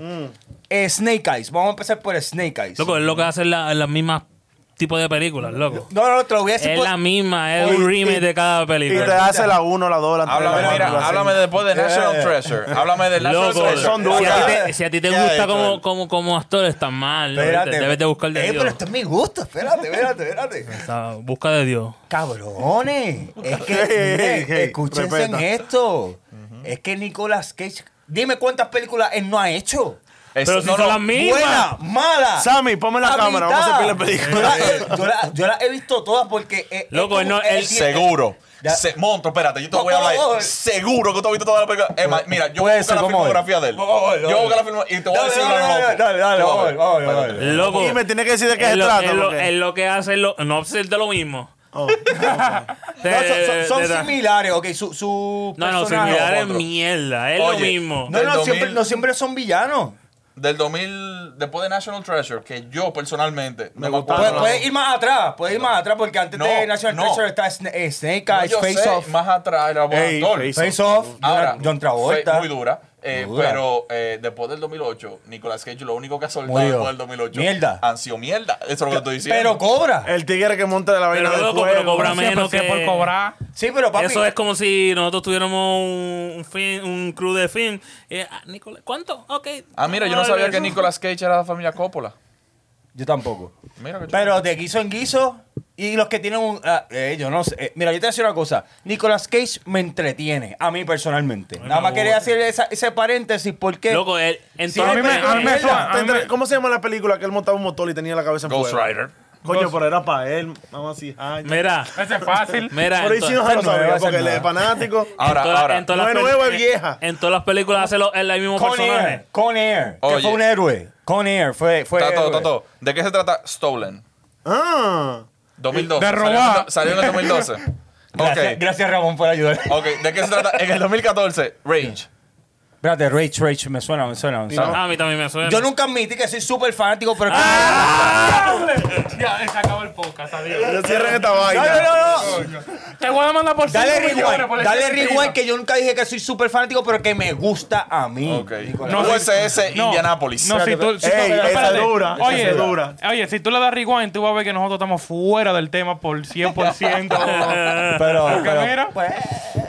Speaker 6: Eh, Snake Eyes. Vamos a empezar por Snake Eyes.
Speaker 7: Loco, es lo que hace la- las mismas tipos de
Speaker 5: Mm.
Speaker 7: películas, loco.
Speaker 6: No, no, te lo voy a decir
Speaker 7: es
Speaker 6: por-
Speaker 7: la misma, es
Speaker 6: Oye,
Speaker 7: un remake de cada
Speaker 9: y te
Speaker 7: película.
Speaker 9: hace la 1, la 2, la 3.
Speaker 8: Háblame, mira, háblame después
Speaker 6: Eh.
Speaker 8: de National
Speaker 6: Yeah.
Speaker 8: Treasure. Háblame del National
Speaker 7: Loco,
Speaker 8: Treasure.
Speaker 9: son
Speaker 7: si,
Speaker 9: duras.
Speaker 7: a ti te, si a ti te
Speaker 6: Ya,
Speaker 7: gusta
Speaker 6: esto
Speaker 7: como,
Speaker 6: es.
Speaker 7: como, como actor, estás mal. ¿oíste?
Speaker 6: Espérate.
Speaker 7: Debes de buscar de
Speaker 6: Eh,
Speaker 7: Dios.
Speaker 6: pero esto es mi gusto. Espérate, espérate, espérate.
Speaker 7: O sea, busca de Dios.
Speaker 6: Cabrones. Es que,
Speaker 9: Hey, hey,
Speaker 6: miren, escúchense en
Speaker 9: respeta.
Speaker 6: esto. Es que Nicolas Cage... Dime cuántas películas él no ha hecho.
Speaker 8: Es-
Speaker 7: Pero si
Speaker 8: no,
Speaker 7: son
Speaker 8: no,
Speaker 7: las mismas.
Speaker 6: Buena, mala.
Speaker 9: Sammy, ponme la
Speaker 6: a
Speaker 9: cámara,
Speaker 6: mitad.
Speaker 9: vamos a hacer la película.
Speaker 6: Yo la- eh, Yo la, yo la he visto todas porque... eh,
Speaker 7: Loco,
Speaker 6: él-
Speaker 7: no,
Speaker 6: él
Speaker 7: él-
Speaker 6: tiene-
Speaker 8: Seguro.
Speaker 6: Ya.
Speaker 8: Se, Monto, espérate, yo te
Speaker 6: No,
Speaker 8: voy a hablar.
Speaker 6: por favor.
Speaker 8: Seguro que tú has visto toda la película. Es más, mira, yo voy a
Speaker 6: Puede ser,
Speaker 8: buscar la
Speaker 6: vamos a ver.
Speaker 8: filmografía de él.
Speaker 6: Vamos a ver,
Speaker 8: Yo
Speaker 6: vamos
Speaker 8: voy a
Speaker 6: a
Speaker 8: buscar la
Speaker 6: ver.
Speaker 8: filmografía y te voy a
Speaker 6: Dale,
Speaker 8: decir
Speaker 6: dale,
Speaker 8: una
Speaker 6: dale,
Speaker 8: nota.
Speaker 6: dale, dale,
Speaker 8: Tú vas a
Speaker 6: vamos a
Speaker 8: ver.
Speaker 6: ver, vamos a ver, vamos a ver.
Speaker 7: Loco.
Speaker 9: Y me tiene que decir de qué
Speaker 7: es
Speaker 9: se
Speaker 7: lo,
Speaker 9: trata.
Speaker 7: Es lo,
Speaker 9: porque-
Speaker 7: es lo que hace, lo, no pues, es de lo mismo.
Speaker 9: Oh.
Speaker 7: De-
Speaker 6: No, son- son-
Speaker 7: de-
Speaker 6: son,
Speaker 7: de-
Speaker 6: similares, ok. Su, su
Speaker 7: No, no,
Speaker 6: personaje-
Speaker 7: similar es
Speaker 8: otro.
Speaker 7: mierda. Es
Speaker 8: Oye,
Speaker 7: lo mismo.
Speaker 6: No,
Speaker 8: Del
Speaker 6: no,
Speaker 8: 2000.
Speaker 6: siempre, no siempre son villanos.
Speaker 8: del 2000, después de National Treasure, que yo personalmente
Speaker 6: Me
Speaker 8: no me
Speaker 6: gustaba.
Speaker 8: acuerdo.
Speaker 6: Puedes, puedes ir más atrás, puedes ir más atrás, porque antes
Speaker 8: No,
Speaker 6: de National
Speaker 8: no.
Speaker 6: Treasure está Sna- eh, Snake
Speaker 8: No,
Speaker 6: Eyes,
Speaker 8: yo
Speaker 6: Face
Speaker 8: sé,
Speaker 6: Off.
Speaker 8: Más atrás, el laboratorio.
Speaker 6: Ey, Face Off,
Speaker 8: Ahora,
Speaker 6: John Travolta.
Speaker 8: fue Muy dura. eh,
Speaker 6: Muy dura.
Speaker 8: Pero eh, después del 2008, Nicolas Cage lo único que ha soltado
Speaker 6: Murió.
Speaker 8: después del 2008
Speaker 6: Mierda.
Speaker 8: han sido mierda. Eso es lo que estoy diciendo.
Speaker 6: Pero cobra.
Speaker 8: Eh,
Speaker 9: El tigre que monta de la vaina
Speaker 7: Pero
Speaker 9: del
Speaker 7: loco, pero
Speaker 9: fuego.
Speaker 7: cobra
Speaker 5: Siempre
Speaker 7: menos
Speaker 5: sea
Speaker 7: que-
Speaker 5: por cobrar.
Speaker 6: Sí, pero papi.
Speaker 7: Eso es como si nosotros tuviéramos un, un film- un crew de film. Eh, ah, Nicola- ¿Cuánto? Ok.
Speaker 8: Ah, mira, yo no
Speaker 7: Vamos a
Speaker 8: sabía
Speaker 7: ver
Speaker 8: que
Speaker 7: eso.
Speaker 8: Nicolas Cage era de la familia Coppola.
Speaker 6: Yo tampoco.
Speaker 8: Mira que chulo.
Speaker 6: Pero de guiso en guiso. Y los que tienen un. ah, eh, yo no sé. Eh, mira, yo te voy a decir una cosa. Nicolas Cage me entretiene, a mí personalmente. Nada más
Speaker 7: no,
Speaker 6: quería
Speaker 7: no.
Speaker 6: hacer esa- ese paréntesis porque.
Speaker 7: Loco, eh, él.
Speaker 6: Sí,
Speaker 7: Entonces,
Speaker 6: me- a mí me
Speaker 9: Mira,
Speaker 6: suena,
Speaker 9: te
Speaker 5: a mí me-
Speaker 9: entre- ¿Cómo se llama la película que él montaba un motor y tenía la cabeza en
Speaker 8: Ghost
Speaker 9: fuego?
Speaker 8: Rider.
Speaker 9: Coño, pero era para él. Vamos así. Ay,
Speaker 7: mira,
Speaker 5: Ese es fácil.
Speaker 7: mira.
Speaker 9: por ahí sí no se lo
Speaker 6: esa nueva,
Speaker 9: sabía,
Speaker 6: esa
Speaker 9: porque él es
Speaker 6: nueva.
Speaker 9: fanático.
Speaker 8: Ahora,
Speaker 7: todas-
Speaker 8: ahora.
Speaker 7: todas las
Speaker 9: No es
Speaker 7: pel-
Speaker 9: nueva, es
Speaker 7: en-
Speaker 9: vieja.
Speaker 7: En todas las películas hace lo- el, el mismo
Speaker 6: Con Air.
Speaker 7: personaje.
Speaker 6: Con Air. Que
Speaker 8: Oye.
Speaker 6: fue un héroe. Con Air. Fue. fue
Speaker 8: Tato,
Speaker 6: héroe.
Speaker 8: Tato, ¿de qué se trata Stolen?
Speaker 9: Ah.
Speaker 8: 2012.
Speaker 5: De
Speaker 8: Salió en el-
Speaker 5: robar.
Speaker 8: Salió en el 2012.
Speaker 6: Gracias,
Speaker 8: Ok.
Speaker 6: gracias, Ramón, por ayudar.
Speaker 8: Ok, ¿de qué se trata? En el 2014, Rage.
Speaker 6: Espérate, Rage, Rage, me suena, me suena. me suena.
Speaker 7: Ah, a mí también me suena.
Speaker 6: Yo nunca admití que soy súper fanático, pero. Ah.
Speaker 5: Ya, se acabó el podcast, adiós.
Speaker 9: Ya cierren esta vaina.
Speaker 6: No, no, no, no.
Speaker 5: Te voy a mandar por
Speaker 6: Dale
Speaker 5: cinco millones por
Speaker 6: rewind.
Speaker 5: ese
Speaker 6: Dale
Speaker 5: sentido.
Speaker 6: rewind, que yo nunca dije que soy súper fanático, pero que me gusta a mí.
Speaker 8: Ok.
Speaker 6: Nicolás.
Speaker 5: No,
Speaker 8: USS
Speaker 5: No,
Speaker 8: Indianapolis.
Speaker 5: No, si tú, si tú-
Speaker 9: Ey, esa
Speaker 5: espérate.
Speaker 9: es dura, esa
Speaker 5: Oye,
Speaker 9: es dura.
Speaker 5: oye, si tú le das rewind, tú vas a ver que nosotros estamos fuera del tema por 100%.
Speaker 6: Pero, pero,
Speaker 5: mira.
Speaker 6: pues,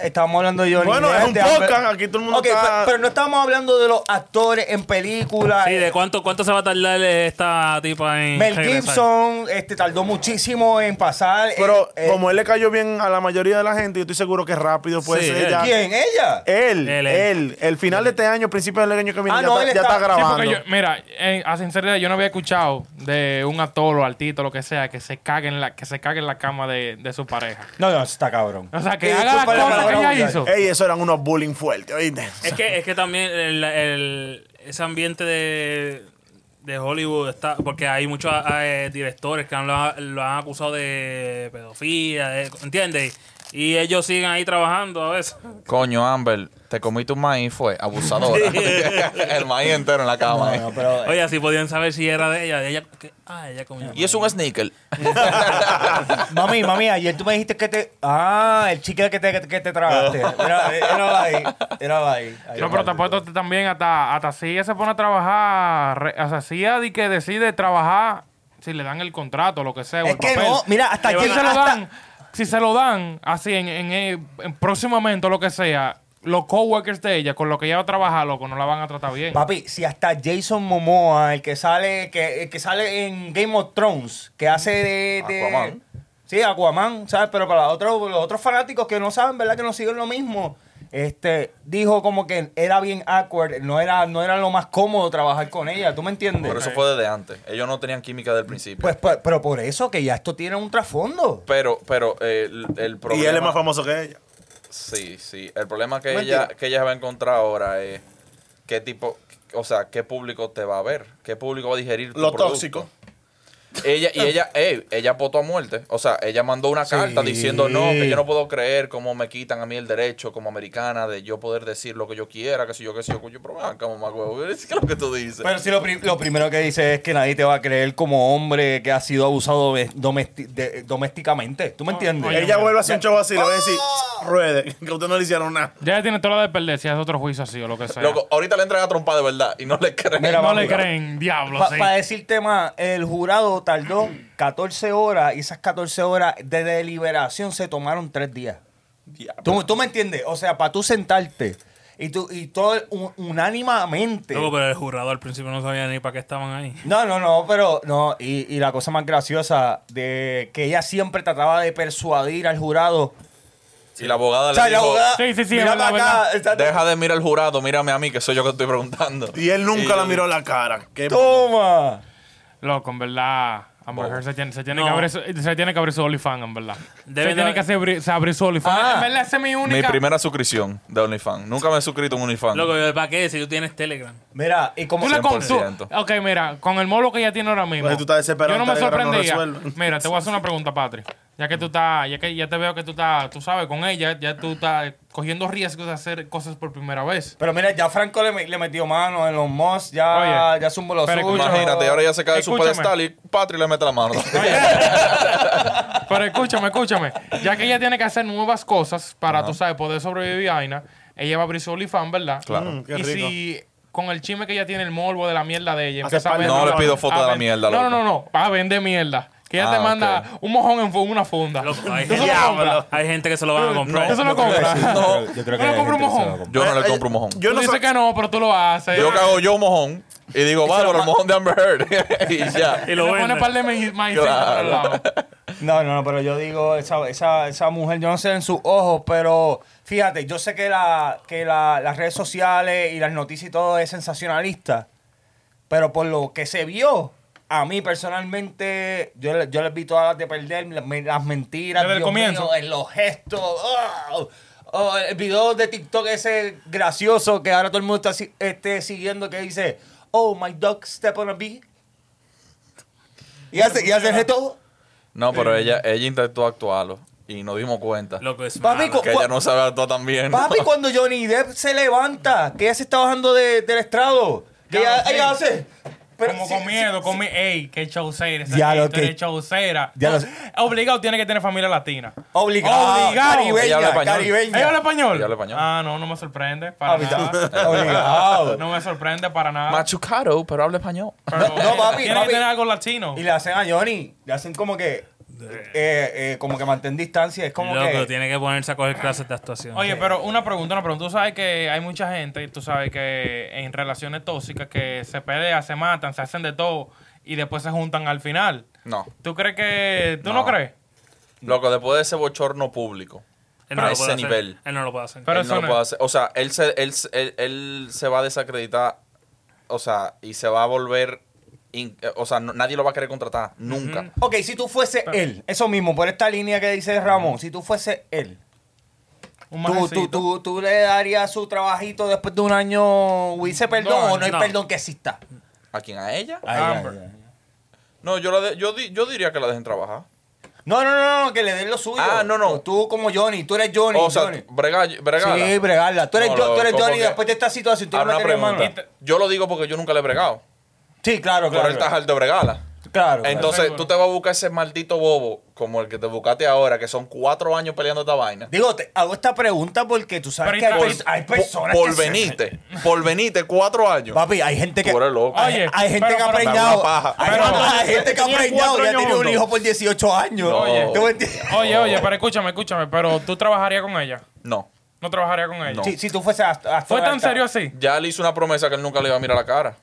Speaker 6: estamos hablando de Johnny
Speaker 9: Bueno,
Speaker 6: Depp,
Speaker 9: es un
Speaker 6: de Amber-
Speaker 9: podcast, aquí todo el mundo
Speaker 6: Ok,
Speaker 9: está-
Speaker 6: pero, pero no estamos hablando de los actores en películas.
Speaker 7: Sí,
Speaker 6: eh,
Speaker 7: ¿de cuánto, cuánto se va a tardar esta tipa en.
Speaker 6: Mel
Speaker 7: regresar?
Speaker 6: Gibson este, tardó muchísimo en pasar. eh,
Speaker 9: Pero
Speaker 6: eh,
Speaker 9: como él le cayó bien a la mayoría de la gente, yo estoy seguro que rápido puede
Speaker 7: Sí,
Speaker 9: ser
Speaker 8: eh.
Speaker 7: él.
Speaker 9: ya.
Speaker 6: ¿Quién? ¿Ella?
Speaker 9: Él, él,
Speaker 7: Él, él.
Speaker 9: El final de este año, principio del año que viene,
Speaker 6: Ah,
Speaker 9: ya,
Speaker 6: no,
Speaker 9: está,
Speaker 6: él
Speaker 9: ya está
Speaker 6: está- sí,
Speaker 5: Sí,
Speaker 9: grabando.
Speaker 5: porque yo, mira, en- a sinceridad, yo no había escuchado de un actor o artista o lo que sea que se cague en la, que se cague en la cama de, de su pareja.
Speaker 6: No, no, está cabrón.
Speaker 5: O sea, que
Speaker 6: Y
Speaker 5: haga las
Speaker 6: Eh, disculpa la
Speaker 5: cosas que
Speaker 6: palabra
Speaker 5: ella
Speaker 6: vulgar.
Speaker 5: hizo.
Speaker 9: Ey, eso eran unos bullying fuertes, ¿oíste?
Speaker 7: Es que, es que también el, el- ese ambiente de, de Hollywood está. Porque hay muchos eh, directores que han- lo, han- lo han acusado de pedofilia, de- ¿entiendes? Y ellos siguen ahí trabajando a veces.
Speaker 8: Coño, Amber, te comí tu maíz, fue abusadora. el maíz entero en la cama. eh.
Speaker 6: No, pero,
Speaker 7: Oye, si podían saber si era de ella. Ella, que- ah, ella comió.
Speaker 8: Y es un sneaker.
Speaker 6: Mami, mami, ayer tú me dijiste que te. Ah, el chicle que te, que te tragaste. Era, era ahí. Era ahí. ahí
Speaker 5: No, pero tampoco tú también hasta, hasta si ella se pone a trabajar, re- o sea, si ella di que decide trabajar, si le dan el contrato o lo que sea, o
Speaker 6: Es
Speaker 5: el
Speaker 6: que
Speaker 5: papel.
Speaker 6: no, mira, hasta
Speaker 5: si
Speaker 6: aquí
Speaker 5: se lo
Speaker 6: hasta-
Speaker 5: dan, si se lo dan así en, en, en- en próximamente o lo que sea, los coworkers de ella, con lo que ella va a trabajar, loco, no la van a tratar bien.
Speaker 6: Papi, si hasta Jason Momoa, el que sale, que, el que sale en Game of Thrones, que hace de. de-
Speaker 8: Aquaman.
Speaker 6: Sí, Aquaman, ¿sabes? Pero para otros, los otros fanáticos que no saben, ¿verdad? Que no siguen lo mismo. Este, dijo como que era bien awkward, no era, no era lo más cómodo trabajar con ella, ¿tú me entiendes?
Speaker 8: Pero eso fue desde antes. Ellos no tenían química del principio.
Speaker 6: Pues, pues, pero por eso que ya esto tiene un trasfondo.
Speaker 8: Pero, pero eh, el, el problema.
Speaker 9: Y él es más famoso que ella.
Speaker 8: Sí, sí. El problema que
Speaker 6: Mentira.
Speaker 8: ella, que ella va a encontrar ahora es qué tipo, o sea, qué público te va a ver, qué público va a digerir tu
Speaker 9: Lo
Speaker 8: producto.
Speaker 9: tóxico.
Speaker 8: Ella, y ella, ey, ella votó a muerte. O sea, ella mandó una carta diciendo no, que yo no puedo creer cómo me quitan a mí el derecho como americana de yo poder decir lo que yo quiera, que si yo, que si yo, coño, pero ven acá, mamá, huevo, ¿qué es lo que tú dices?
Speaker 6: Pero si lo, pri- lo primero que dice es que nadie te va a creer como hombre que ha sido abusado de- domesti- de- domésticamente. ¿Tú me entiendes?
Speaker 5: oye,
Speaker 9: Ella vuelve a hacer un show así, le va a decir,
Speaker 5: Ah.
Speaker 9: ruede, que ustedes no le hicieron nada.
Speaker 5: Ya ella tiene toda la de perder, si es otro juicio así o lo que sea.
Speaker 8: Loco, ahorita le entran a trompa de verdad y no le creen.
Speaker 6: Mira,
Speaker 5: no
Speaker 6: vamos,
Speaker 5: le
Speaker 6: mira.
Speaker 5: creen, diablo,
Speaker 6: Para
Speaker 5: sí.
Speaker 6: decirte más, el jurado tardó 14 horas y esas 14 horas de deliberación se tomaron 3 días.
Speaker 8: Diablo.
Speaker 6: ¿Tú, tú me entiendes? O sea, para tú sentarte y, tú, y todo un- unánimamente.
Speaker 7: Luego, pero el jurado al principio no sabía ni para qué estaban ahí.
Speaker 6: No, no, no, pero no. Y, y la cosa más graciosa de que ella siempre trataba de persuadir al jurado.
Speaker 8: Y la abogada
Speaker 6: O sea,
Speaker 8: le
Speaker 6: la
Speaker 8: dijo,
Speaker 6: abogada.
Speaker 5: Sí, sí, sí,
Speaker 6: mira
Speaker 5: es verdad,
Speaker 6: para acá. está-
Speaker 8: deja de mirar al jurado, mírame a mí, que soy yo que estoy preguntando.
Speaker 9: Y él nunca
Speaker 8: Y-
Speaker 9: la miró la cara. Qué-
Speaker 6: Toma.
Speaker 5: Loco, en verdad. Amber Heard se tiene, se tiene
Speaker 7: No.
Speaker 5: que abrir su, se tiene que abrir su OnlyFans, en verdad.
Speaker 7: Debe
Speaker 5: se
Speaker 7: de-
Speaker 5: tiene que hacer abrir, se abrir su OnlyFans.
Speaker 6: Ah.
Speaker 5: en verdad, esa es mi única.
Speaker 8: Mi primera suscripción de OnlyFans. Nunca me he suscrito en OnlyFans.
Speaker 7: Loco, ¿para qué? Si tú tienes Telegram.
Speaker 6: Mira, y como.
Speaker 5: Tú le con- tú-
Speaker 8: 100%.
Speaker 5: ok, mira, con el molo que ella tiene ahora mismo.
Speaker 9: Pues tú estás desesperado,
Speaker 5: Yo no me
Speaker 9: Telegram no
Speaker 5: sorprendía.
Speaker 9: resuelve.
Speaker 5: mira, te voy a hacer una pregunta, Patri. Ya que tú estás, ya que ya te veo que tú estás, tú sabes, con ella, ya tú estás cogiendo riesgos de hacer cosas por primera vez.
Speaker 6: Pero mira, ya Franco le, me- le metió mano en los Moss, ya,
Speaker 5: Oye,
Speaker 6: ya zumbó los
Speaker 5: pero
Speaker 6: suyos.
Speaker 5: escucha-
Speaker 8: Imagínate, ahora ya se cae de su
Speaker 5: Escúchame.
Speaker 8: pedestal y Patri le mete la mano.
Speaker 5: Pero escúchame, escúchame. Ya que ella tiene que hacer nuevas cosas para, tú sabes, poder sobrevivir a vaina, ella va a abrir su OnlyFans, ¿verdad?
Speaker 8: Claro.
Speaker 9: Mm, qué
Speaker 5: y
Speaker 9: rico.
Speaker 5: si con el chisme que ella tiene, el morbo de la mierda de ella,
Speaker 9: Hace
Speaker 5: empieza a
Speaker 9: par de
Speaker 5: vender-
Speaker 8: No le pido foto
Speaker 5: a
Speaker 8: de la
Speaker 5: ven-
Speaker 8: mierda,
Speaker 5: No, no,
Speaker 8: loco.
Speaker 5: no, no. Va a vender mierda. Que ella
Speaker 8: Ah,
Speaker 5: te manda
Speaker 8: ok.
Speaker 5: un mojón en fu- una funda.
Speaker 7: Loco, hay,
Speaker 5: Tú se lo
Speaker 7: gente-
Speaker 5: compras.
Speaker 7: hay gente que se lo van a comprar.
Speaker 5: Eso lo compra.
Speaker 6: No,
Speaker 5: yo creo que hay gente que se lo
Speaker 8: Yo no le
Speaker 9: Eh,
Speaker 8: compro un
Speaker 9: eh,
Speaker 8: mojón. Yo,
Speaker 9: Yo
Speaker 5: tú
Speaker 9: no
Speaker 5: dices
Speaker 9: sé-
Speaker 5: que no, pero tú lo haces.
Speaker 8: que hago yo un mojón y digo, bárbaro, el mojón de Amber Heard. y ya.
Speaker 7: Y
Speaker 5: Y le
Speaker 7: lo
Speaker 5: pone
Speaker 7: vende.
Speaker 5: un par de maíz- maíz por
Speaker 8: Claro.
Speaker 5: el lado.
Speaker 6: No, no, no, pero yo digo, esa, esa, esa mujer, yo no sé en sus ojos, pero fíjate, yo sé que, la, que la- las redes sociales y las noticias y todo es sensacionalista, pero por lo que se vio, a mí personalmente, yo, le- yo les vi todas las de perder, la- me- las mentiras,
Speaker 5: Desde el
Speaker 6: Dios
Speaker 5: comienzo.
Speaker 6: mío, en los gestos, ¡ah! Oh, el video de TikTok ese gracioso que ahora todo el mundo está si- este, siguiendo que dice, oh, my dog step on a bee. Y hace, y hace el gesto,
Speaker 8: No, pero ella, ella intentó actuarlo y nos dimos cuenta.
Speaker 7: Loco, es
Speaker 6: Papi,
Speaker 7: mala.
Speaker 6: co-
Speaker 8: Que ella no sabe actuar tan bien.
Speaker 6: Papi, cuando Johnny Depp se levanta, que ella se está bajando de- del estrado, que
Speaker 5: Ya,
Speaker 6: ella,
Speaker 5: sí.
Speaker 6: ella hace. pero
Speaker 5: como
Speaker 6: sí,
Speaker 5: con
Speaker 6: sí,
Speaker 5: miedo, con mi- ¡Ey, qué chaucera! esa
Speaker 6: Ya lo
Speaker 5: gente,
Speaker 6: que-
Speaker 5: eres chaucera.
Speaker 6: Ya lo-
Speaker 5: Ah, Obligado tiene que tener familia latina.
Speaker 6: Obligado.
Speaker 5: Obligado.
Speaker 8: Ella
Speaker 5: ¿Ella
Speaker 6: Caribeña,
Speaker 8: habla español.
Speaker 5: habla
Speaker 6: caribeña.
Speaker 5: español?
Speaker 8: Ella habla español.
Speaker 5: Ah, no, no me sorprende
Speaker 6: Ah,
Speaker 5: para nada.
Speaker 6: Obligado. Obligado.
Speaker 5: No me sorprende para nada.
Speaker 8: Machucado, pero habla español.
Speaker 5: Pero
Speaker 6: No, papi,
Speaker 5: Tiene
Speaker 6: papi.
Speaker 5: que tener algo latino.
Speaker 6: Y le hacen a Johnny, le hacen como que. eh, eh, como que mantén distancia, es como
Speaker 7: Loco,
Speaker 6: que.
Speaker 7: tiene que ponerse a coger clases de actuación.
Speaker 5: Oye, pero una pregunta, una pregunta. Tú sabes que hay mucha gente, tú sabes que en relaciones tóxicas que se pelean, se matan, se hacen de todo y después se juntan al final.
Speaker 8: No.
Speaker 5: ¿Tú crees que... ¿Tú no,
Speaker 8: No.
Speaker 5: crees?
Speaker 8: Loco, después de ese bochorno público,
Speaker 7: Él no
Speaker 8: a
Speaker 7: lo
Speaker 8: ese
Speaker 7: puede hacer.
Speaker 8: nivel,
Speaker 7: Él no lo puede hacer.
Speaker 5: Pero
Speaker 8: él no
Speaker 5: eso
Speaker 8: lo
Speaker 5: no-
Speaker 8: puede hacer. O sea, él se, él, se- él- él se va a desacreditar, o sea, y se va a volver. in- eh, o sea, no- nadie lo va a querer contratar, nunca.
Speaker 6: Ok, si tú fuese él, eso mismo, por esta línea que dice Ramón, si tú fuese él,
Speaker 5: Un
Speaker 6: tú,
Speaker 5: majecito.
Speaker 6: tú, tú, tú le darías su trabajito después de un año, hubiese perdón
Speaker 5: No,
Speaker 6: o no hay
Speaker 7: no.
Speaker 6: perdón que exista.
Speaker 8: ¿A quién? ¿A ella?
Speaker 6: Ay, ay,
Speaker 5: Amber.
Speaker 6: ay.
Speaker 8: No, yo, la de- yo, di- yo diría que la dejen trabajar.
Speaker 6: No, no, no, no, que le den lo suyo.
Speaker 8: Ah, no, no.
Speaker 6: Tú como Johnny, tú eres Johnny.
Speaker 8: o sea,
Speaker 6: Johnny.
Speaker 8: brega- bregala.
Speaker 6: Sí, bregarla. Tú eres,
Speaker 8: No,
Speaker 6: Jo- tú
Speaker 8: loco,
Speaker 6: eres
Speaker 8: como
Speaker 6: Johnny
Speaker 8: que-
Speaker 6: después de esta situación. Tú no
Speaker 8: Ahora
Speaker 6: me
Speaker 8: una
Speaker 6: quieres mano.
Speaker 8: pregunta. Yo lo digo porque yo nunca le he bregado.
Speaker 6: Sí, claro,
Speaker 8: Por
Speaker 6: claro.
Speaker 8: el tajal de bregala.
Speaker 6: Claro.
Speaker 8: Entonces,
Speaker 5: Seguro.
Speaker 8: tú te vas a buscar ese maldito bobo como el que te buscaste ahora, que son cuatro años peleando esta vaina.
Speaker 6: Digo, te hago esta pregunta porque tú sabes
Speaker 5: Pero
Speaker 6: que hay,
Speaker 5: por-
Speaker 6: pers- hay
Speaker 8: Por-
Speaker 6: personas
Speaker 8: por
Speaker 6: que se-
Speaker 8: venite, por venite, cuatro años.
Speaker 6: Papi, hay gente que.
Speaker 8: Tú eres loco.
Speaker 6: Hay,
Speaker 5: Oye,
Speaker 6: hay gente
Speaker 5: pero-
Speaker 6: que ha
Speaker 5: pero-
Speaker 6: preñado.
Speaker 8: Pero- pero-
Speaker 6: hay,
Speaker 5: pero-
Speaker 6: hay gente que ha
Speaker 5: Tenían
Speaker 6: preñado
Speaker 5: cuatro
Speaker 6: y ha
Speaker 5: años
Speaker 6: tenido un
Speaker 5: juntos.
Speaker 6: hijo por 18 años.
Speaker 8: Oye.
Speaker 6: ¿Tú me entiendes?
Speaker 5: Oye, oye, pero escúchame, escúchame. Pero tú trabajarías con ella.
Speaker 8: No.
Speaker 5: No trabajaría con ella.
Speaker 8: No.
Speaker 6: Si, si tú fuese ast- astronauta.
Speaker 5: ¿Fue tan serio así?
Speaker 8: Ya él hizo una promesa que él nunca le iba a mirar a la cara.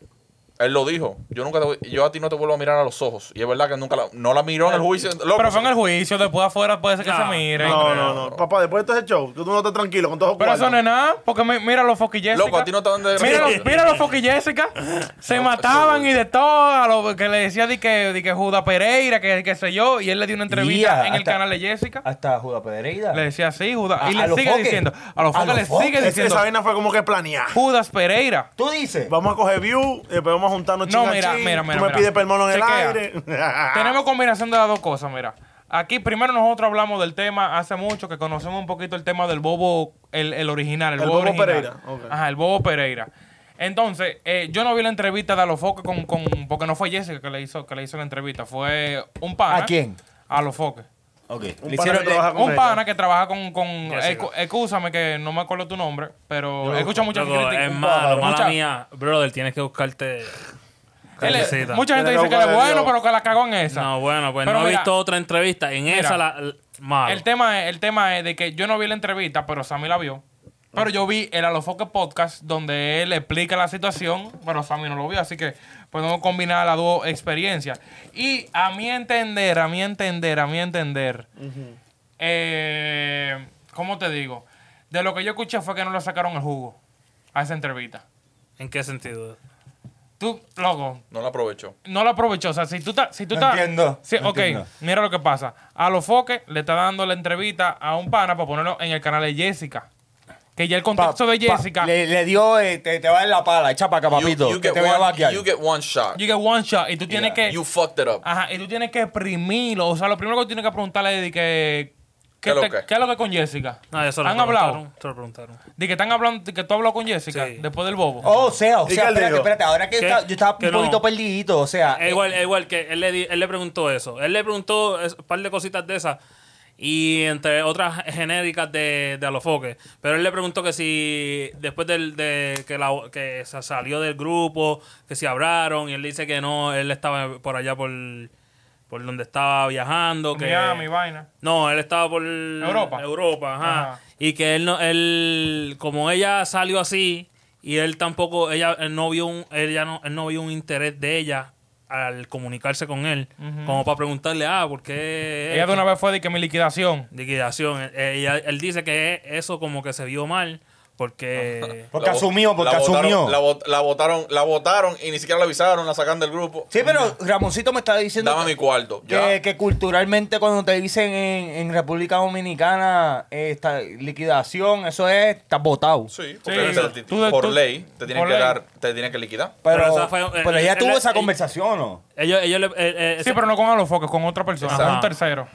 Speaker 8: Él lo dijo. Yo nunca te voy- yo a ti no te vuelvo a mirar a los ojos. Y es verdad que nunca la, no la miró en el juicio. Loco,
Speaker 6: pues,
Speaker 5: Pero fue en el juicio, después afuera puede ser que
Speaker 7: No,
Speaker 5: se miren.
Speaker 9: No, no, no. Papá, después de todo ese show, que tú no estás tranquilo con todos los
Speaker 5: Pero eso no
Speaker 9: cuartos.
Speaker 5: es nada, porque mi- mira los Foki Jessica.
Speaker 8: Loco, a ti no te van de-
Speaker 5: Mira los, mira los Foki Jessica. Se mataban y de todo. A lo que le decía de que, de que Judas Pereira, que qué sé yo. Y él le dio una entrevista
Speaker 6: Ya,
Speaker 5: en el
Speaker 6: hasta-
Speaker 5: canal de Jessica.
Speaker 6: Hasta Judas Pereira.
Speaker 5: Le decía así, Judas.
Speaker 6: A-
Speaker 5: y
Speaker 6: a
Speaker 5: le
Speaker 6: los
Speaker 5: sigue
Speaker 6: Foki.
Speaker 5: diciendo. A los
Speaker 6: A
Speaker 5: Foki
Speaker 6: los
Speaker 5: le
Speaker 6: Foki.
Speaker 5: sigue
Speaker 6: Es que
Speaker 9: Es que
Speaker 5: diciendo.
Speaker 9: esa vaina fue como que planeada.
Speaker 5: Judas Pereira.
Speaker 6: Tú dices.
Speaker 9: Vamos a coger view, después vamos a juntarnos
Speaker 5: No,
Speaker 9: chin a
Speaker 5: mira,
Speaker 9: chin.
Speaker 5: mira, mira,
Speaker 9: Tú me
Speaker 5: mira.
Speaker 9: pides permano en el
Speaker 5: Chequea.
Speaker 9: aire. Ah.
Speaker 5: Tenemos combinación de las dos cosas, mira. Aquí primero nosotros hablamos del tema hace mucho, que conocemos un poquito el tema del bobo, el, el original, el,
Speaker 9: El
Speaker 5: bobo,
Speaker 9: Bobo
Speaker 5: original.
Speaker 9: Pereira, ok.
Speaker 5: Ajá, el bobo Pereira. Entonces, eh, yo no vi la entrevista de Alofoque con, con, porque no fue Jessica que le hizo, que le hizo la entrevista, fue un pana.
Speaker 6: ¿A quién?
Speaker 5: Alofoque.
Speaker 9: Un
Speaker 6: Ok. Le
Speaker 9: pana
Speaker 6: hicieron-
Speaker 9: que trabaja con
Speaker 5: Un
Speaker 9: ella.
Speaker 5: pana que trabaja con, con
Speaker 7: Jessica.
Speaker 5: ecu- excúsame que no me acuerdo tu nombre, pero he escuchado muchas
Speaker 7: Loco,
Speaker 5: críticas-
Speaker 7: es malo, mala
Speaker 5: muchas-
Speaker 7: mía. Brother, tienes que buscarte.
Speaker 5: Él es-
Speaker 7: Callecita.
Speaker 5: mucha gente
Speaker 9: Tiene
Speaker 5: dice que él
Speaker 9: loco
Speaker 5: es
Speaker 9: de
Speaker 5: bueno,
Speaker 9: Dios.
Speaker 5: pero que la cagó en esa.
Speaker 7: No, bueno, pues
Speaker 5: Pero
Speaker 7: no he
Speaker 5: mira,
Speaker 7: visto otra entrevista. En esa la. la- malo.
Speaker 5: El tema, es, el tema es de que yo no vi la entrevista, pero Sammy la vio. Pero yo vi el Alofoque podcast donde él explica la situación, pero Sammy no lo vio. Así que podemos combinar las dos experiencias. Y a mi entender, a mi entender, a mi entender, eh, ¿cómo te digo? De lo que yo escuché fue que no le sacaron el jugo a esa entrevista.
Speaker 7: ¿En qué sentido?
Speaker 5: Tú, loco,
Speaker 8: no la aprovechó.
Speaker 5: no lo aprovechó. O sea, si tú estás. Si tú
Speaker 6: No
Speaker 5: estás-
Speaker 6: entiendo,
Speaker 5: Sí,
Speaker 6: no
Speaker 5: ok,
Speaker 6: entiendo.
Speaker 5: mira lo que pasa. A los foques le está dando la entrevista a un pana para ponerlo en el canal de Jessica. que ya el
Speaker 6: Pa-
Speaker 5: contexto de
Speaker 6: pa-
Speaker 5: Jessica,
Speaker 6: le, le dio, eh, te, te va a dar la pala, echa para acá, papito.
Speaker 8: you, you,
Speaker 6: que
Speaker 8: get
Speaker 6: te voy a
Speaker 8: one,
Speaker 6: vaquear.
Speaker 8: you get one shot.
Speaker 5: you get one shot y tú tienes que...
Speaker 8: You fucked it up.
Speaker 5: Ajá, y tú tienes que exprimirlo. O sea, lo primero que tú tienes que preguntarle es de que...
Speaker 8: ¿Qué es lo
Speaker 5: te-
Speaker 8: que?
Speaker 5: ¿Qué es lo que con Jessica?
Speaker 7: No, eso lo
Speaker 5: ¿Han hablado?
Speaker 7: preguntaron, Te lo preguntaron.
Speaker 5: De que están hablando, de que tú hablas con Jessica
Speaker 7: Sí.
Speaker 5: después del bobo.
Speaker 6: Oh, o sea, o
Speaker 9: ¿Y
Speaker 6: sea,
Speaker 9: qué le
Speaker 6: espérate,
Speaker 9: digo?
Speaker 6: espérate. Ahora que yo
Speaker 7: ¿Qué?
Speaker 6: estaba, yo estaba
Speaker 7: Que
Speaker 6: un
Speaker 7: no. Eh,
Speaker 6: poquito perdidito, o sea. eh,
Speaker 7: Es igual, es igual que él le, di- él le preguntó eso. Él le preguntó es- un par de cositas de esas y entre otras genéricas de, de Alofoque. Pero él le preguntó que si después del, de que, la, que se salió del grupo, que si hablaron y él dice que no, él estaba por allá por, por donde estaba viajando. Que,
Speaker 5: Miami, vaina.
Speaker 7: No, él estaba por
Speaker 5: Europa.
Speaker 7: Europa, ajá.
Speaker 5: Ajá.
Speaker 7: Y que él no, él, como ella salió así, y él tampoco, ella él no vio un, ella no, él no vio un interés de ella al comunicarse con él, como para preguntarle, ah, ¿por qué
Speaker 5: Ella de una vez fue de que mi liquidación.
Speaker 7: Eh, liquidación? Él, ella- él dice que eso como que se vio mal, porque
Speaker 6: porque
Speaker 8: La bo-
Speaker 6: asumió, porque
Speaker 8: la botaron-
Speaker 6: asumió.
Speaker 8: la bot- La votaron, la votaron y ni siquiera la avisaron, la sacan del grupo.
Speaker 6: Sí, pero Ramoncito me estaba diciendo
Speaker 8: Dame mi cuarto.
Speaker 6: que,
Speaker 8: Ya.
Speaker 6: que culturalmente cuando te dicen en, en República Dominicana eh, esta liquidación, eso es, estás botado.
Speaker 8: Sí,
Speaker 5: Sí,
Speaker 8: porque eres el
Speaker 5: tú-
Speaker 8: titi-
Speaker 5: tú-
Speaker 8: por
Speaker 5: tú-
Speaker 8: ley te tienen
Speaker 5: por
Speaker 8: que
Speaker 5: ley.
Speaker 8: dar, te tienen que liquidar.
Speaker 6: Pero,
Speaker 7: Pero
Speaker 6: pero,
Speaker 7: esa fue-
Speaker 6: ella
Speaker 7: él-
Speaker 6: tuvo
Speaker 7: él-
Speaker 6: esa
Speaker 7: él-
Speaker 6: conversación, ¿no?
Speaker 7: ellos, ellos le- eh, eh,
Speaker 5: Sí, pero no con Alofoques, con otra persona,
Speaker 8: Exacto.
Speaker 5: con un tercero.